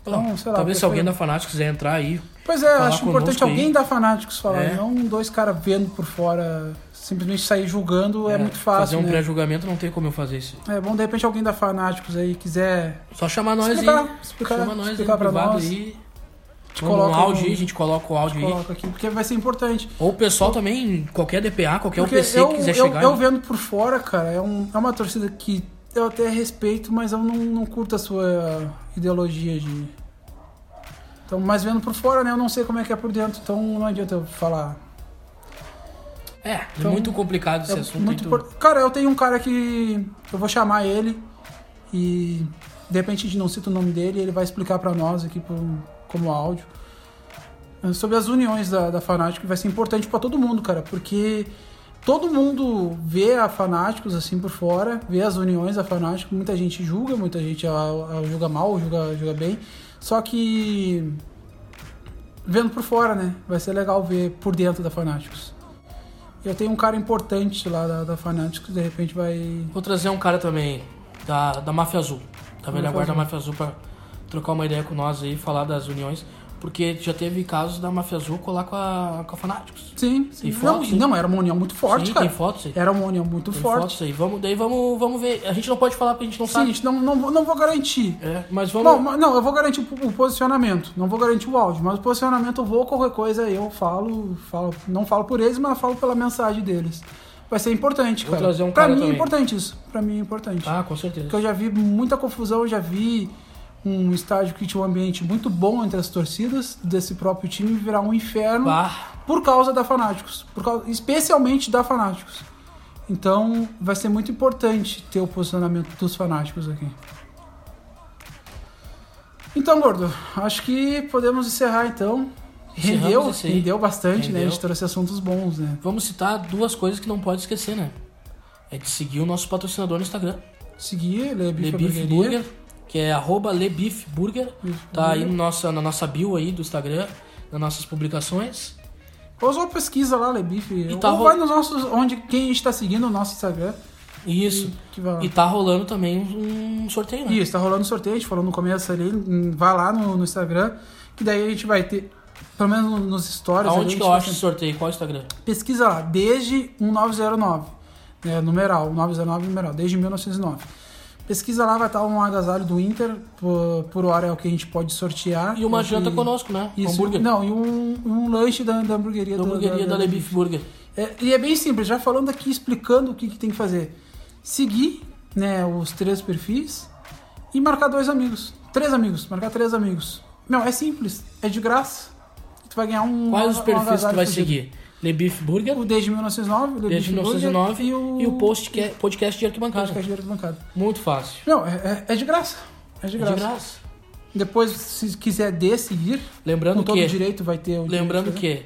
Speaker 1: Então, sei lá,
Speaker 2: Talvez se
Speaker 1: prefiro-
Speaker 2: alguém da Fanáticos quiser entrar aí,
Speaker 1: Pois é, eu
Speaker 2: Falar
Speaker 1: acho importante
Speaker 2: conosco aí.
Speaker 1: alguém da Fanáticos falar,
Speaker 2: É.
Speaker 1: não dois caras vendo por fora, simplesmente sair julgando é, muito
Speaker 2: Fazer
Speaker 1: fácil.
Speaker 2: um
Speaker 1: né?
Speaker 2: pré-julgamento não tem como eu fazer isso.
Speaker 1: É bom, de repente, alguém da Fanáticos aí quiser
Speaker 2: Só chamar nós
Speaker 1: explicar,
Speaker 2: aí.
Speaker 1: explicar,
Speaker 2: Chama nós
Speaker 1: explicar
Speaker 2: aí no
Speaker 1: pra
Speaker 2: privado
Speaker 1: nós.
Speaker 2: aí.
Speaker 1: Te
Speaker 2: Manda um
Speaker 1: coloca
Speaker 2: áudio
Speaker 1: no-
Speaker 2: aí, a gente coloca o áudio aí.
Speaker 1: Coloca aqui, porque vai ser importante.
Speaker 2: Ou o pessoal também, qualquer DPA, qualquer
Speaker 1: Porque
Speaker 2: UPC
Speaker 1: eu,
Speaker 2: que quiser
Speaker 1: eu,
Speaker 2: chegar.
Speaker 1: eu
Speaker 2: né?
Speaker 1: vendo por fora, cara, é, um- é uma torcida que eu até respeito, mas eu não, não curto a sua ideologia de. Então, mas vendo por fora, né? Eu não sei como é que é por dentro, então não adianta eu falar.
Speaker 2: É,
Speaker 1: Então,
Speaker 2: é muito complicado esse
Speaker 1: É
Speaker 2: assunto.
Speaker 1: muito
Speaker 2: então-
Speaker 1: por- Cara, eu tenho um cara que. Eu vou chamar ele e de repente a gente não cita o nome dele e ele vai explicar pra nós aqui por, como áudio. é, Sobre as uniões da, da Fanático, que vai ser importante pra todo mundo, cara, porque todo mundo vê a Fanáticos assim por fora, vê as uniões da Fanático, muita gente julga, muita gente a, a julga mal, julga, julga bem, só que vendo por fora, né? Vai ser legal ver por dentro da Fanáticos. Eu tenho um cara importante lá da, da Fanatics que de repente vai.
Speaker 2: Vou trazer um cara também da, da Máfia Azul, da velha
Speaker 1: Máfia
Speaker 2: guarda
Speaker 1: Azul.
Speaker 2: Máfia Azul, pra trocar uma ideia com nós aí, falar das uniões, porque já teve casos da Máfia Azul colar com a, com a Fanáticos.
Speaker 1: Sim, sim.
Speaker 2: Tem
Speaker 1: Não,
Speaker 2: fotos, hein?
Speaker 1: não, era uma união muito forte,
Speaker 2: Sim,
Speaker 1: cara.
Speaker 2: Tem fotos aí.
Speaker 1: Era uma união muito
Speaker 2: Tem
Speaker 1: forte.
Speaker 2: fotos aí. Vamos, daí vamos, vamos ver. A gente não pode falar porque a gente não
Speaker 1: Sim,
Speaker 2: sabe.
Speaker 1: gente, não, não, vou- não vou garantir.
Speaker 2: É, mas vamos.
Speaker 1: Não, mas- não, eu vou garantir o o posicionamento, não vou garantir o áudio, mas o posicionamento eu vou, qualquer coisa eu falo, falo não falo por eles, mas falo pela mensagem deles. Vai ser importante,
Speaker 2: Vou
Speaker 1: cara.
Speaker 2: trazer um
Speaker 1: pra
Speaker 2: cara
Speaker 1: mim é
Speaker 2: também.
Speaker 1: importante isso, pra mim é importante.
Speaker 2: Ah, com certeza.
Speaker 1: Porque eu já vi muita confusão, eu já vi um estádio que tinha um ambiente muito bom entre as torcidas desse próprio time virar um inferno
Speaker 2: Bah,
Speaker 1: por causa da Fanáticos, por causa- especialmente da Fanáticos. Então vai ser muito importante ter o posicionamento dos fanáticos aqui. Então, gordo, acho que podemos encerrar então.
Speaker 2: Encerramos
Speaker 1: Rendeu,
Speaker 2: esse aí.
Speaker 1: rendeu bastante, né? A gente
Speaker 2: Rendeu.
Speaker 1: trouxe assuntos bons, né?
Speaker 2: vamos citar duas coisas que não pode esquecer, né? É de seguir o nosso patrocinador no Instagram,
Speaker 1: Seguir, ler Bife
Speaker 2: Lebif
Speaker 1: Hamburgueria.
Speaker 2: Burger, que é arroba Lebif Burger. Tá aí no nossa, na nossa bio aí do Instagram, nas nossas publicações.
Speaker 1: Ou só pesquisa lá, Lebife.
Speaker 2: E tá
Speaker 1: Ou
Speaker 2: ro-
Speaker 1: vai nos nossos. onde quem está seguindo o nosso Instagram.
Speaker 2: Isso.
Speaker 1: Que vai lá.
Speaker 2: E tá rolando também um sorteio, né?
Speaker 1: Isso, tá rolando sorteio, a gente falou no começo ali, hum, vai lá no, no Instagram, que daí a gente vai ter, pelo menos no- nos stories, ali, a
Speaker 2: Aonde
Speaker 1: gente
Speaker 2: que eu
Speaker 1: vai
Speaker 2: acho esse sorteio? Qual é o Instagram?
Speaker 1: ter- pesquisa lá, desde 1909, né, numeral, 909 numeral, desde 1909. Pesquisa lá, vai estar um agasalho do Inter, por, por hora é o que a gente pode sortear.
Speaker 2: E uma
Speaker 1: o que-
Speaker 2: janta conosco, né? Um
Speaker 1: Isso,
Speaker 2: hambúrguer.
Speaker 1: não, e um, um lanche da, da hamburgueria
Speaker 2: da hamburgueria da Lebif Burger.
Speaker 1: é, e é bem simples, já falando aqui, explicando o que, que tem que fazer. Seguir né, os três perfis e marcar dois amigos. Três amigos, marcar três amigos. Não, é simples, é de graça. Tu vai ganhar um.
Speaker 2: Quais os
Speaker 1: um
Speaker 2: perfis que
Speaker 1: agasalho
Speaker 2: tu vai
Speaker 1: fudido.
Speaker 2: seguir? Lebif Burger,
Speaker 1: O Desde 1909, o The
Speaker 2: desde
Speaker 1: Beef Burger
Speaker 2: 1909
Speaker 1: e o, é
Speaker 2: post que- podcast de arquibancada.
Speaker 1: podcast de arquibancada.
Speaker 2: Muito fácil.
Speaker 1: Não, é, é- é de graça. É de
Speaker 2: De
Speaker 1: graça.
Speaker 2: graça.
Speaker 1: Depois, se quiser de seguir,
Speaker 2: Lembrando
Speaker 1: com todo
Speaker 2: que,
Speaker 1: direito né? vai ter o.
Speaker 2: lembrando que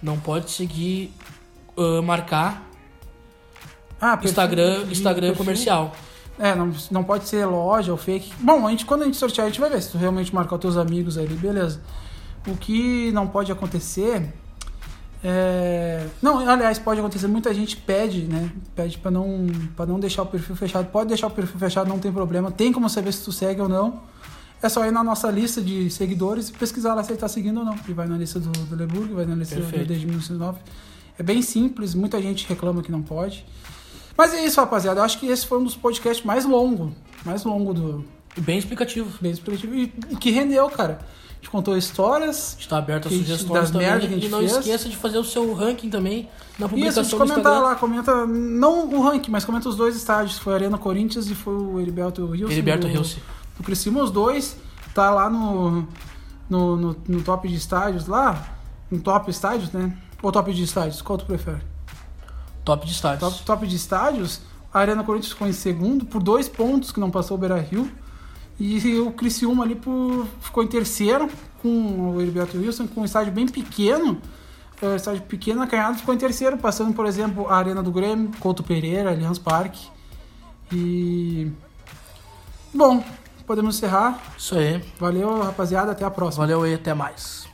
Speaker 2: não pode seguir, ah, marcar
Speaker 1: Ah, perfil,
Speaker 2: Instagram,
Speaker 1: perfil,
Speaker 2: Instagram
Speaker 1: perfil.
Speaker 2: comercial.
Speaker 1: É, não, não pode ser loja ou fake. Bom, a gente, quando a gente sortear, a gente vai ver se tu realmente marcar os teus amigos ali, beleza. O que não pode acontecer é... Não, aliás, pode acontecer. Muita gente pede, né? Pede pra não, pra não deixar o perfil fechado. Pode deixar o perfil fechado, não tem problema. Tem como saber se tu segue ou não. É só ir na nossa lista de seguidores e pesquisar lá se ele tá seguindo ou não. E vai na lista do, do Leburg, vai na lista do
Speaker 2: Perfeito.
Speaker 1: desde 1909. É bem simples, muita gente reclama que não pode. Mas é isso, rapaziada. Eu acho que esse foi um dos podcasts mais longo, mais longo do
Speaker 2: E bem explicativo.
Speaker 1: Bem Explicativo e, e que rendeu, cara. A gente contou histórias.
Speaker 2: Está aberto a
Speaker 1: Que a gente- das
Speaker 2: sugestões
Speaker 1: merda que a
Speaker 2: também.
Speaker 1: gente
Speaker 2: E não
Speaker 1: fez.
Speaker 2: esqueça de fazer o seu ranking também na
Speaker 1: Isso,
Speaker 2: publicação
Speaker 1: de
Speaker 2: do
Speaker 1: comentar
Speaker 2: Instagram.
Speaker 1: lá, comenta não o ranking, mas comenta os dois estádios. Foi a Arena Corinthians e foi o Heriberto Wilson.
Speaker 2: Heriberto
Speaker 1: do-
Speaker 2: Hilse.
Speaker 1: do Criciúma, os dois, tá lá no, no, no, no top de estádios lá, no top estádios, né? Ou top de estádios, qual tu prefere?
Speaker 2: Top de estádios.
Speaker 1: Top, top de estádios, a Arena Corinthians ficou em segundo por dois pontos que não passou o Beira-Rio. E o Criciúma ali por, ficou em terceiro com o Heriberto Wilson, com um estádio bem pequeno. eh, estádio pequeno, acanhado, ficou em terceiro, passando, por exemplo, a Arena do Grêmio, Couto Pereira, Allianz Parque. E... Bom, podemos encerrar.
Speaker 2: Isso aí.
Speaker 1: Valeu, rapaziada. Até a próxima.
Speaker 2: Valeu e até mais.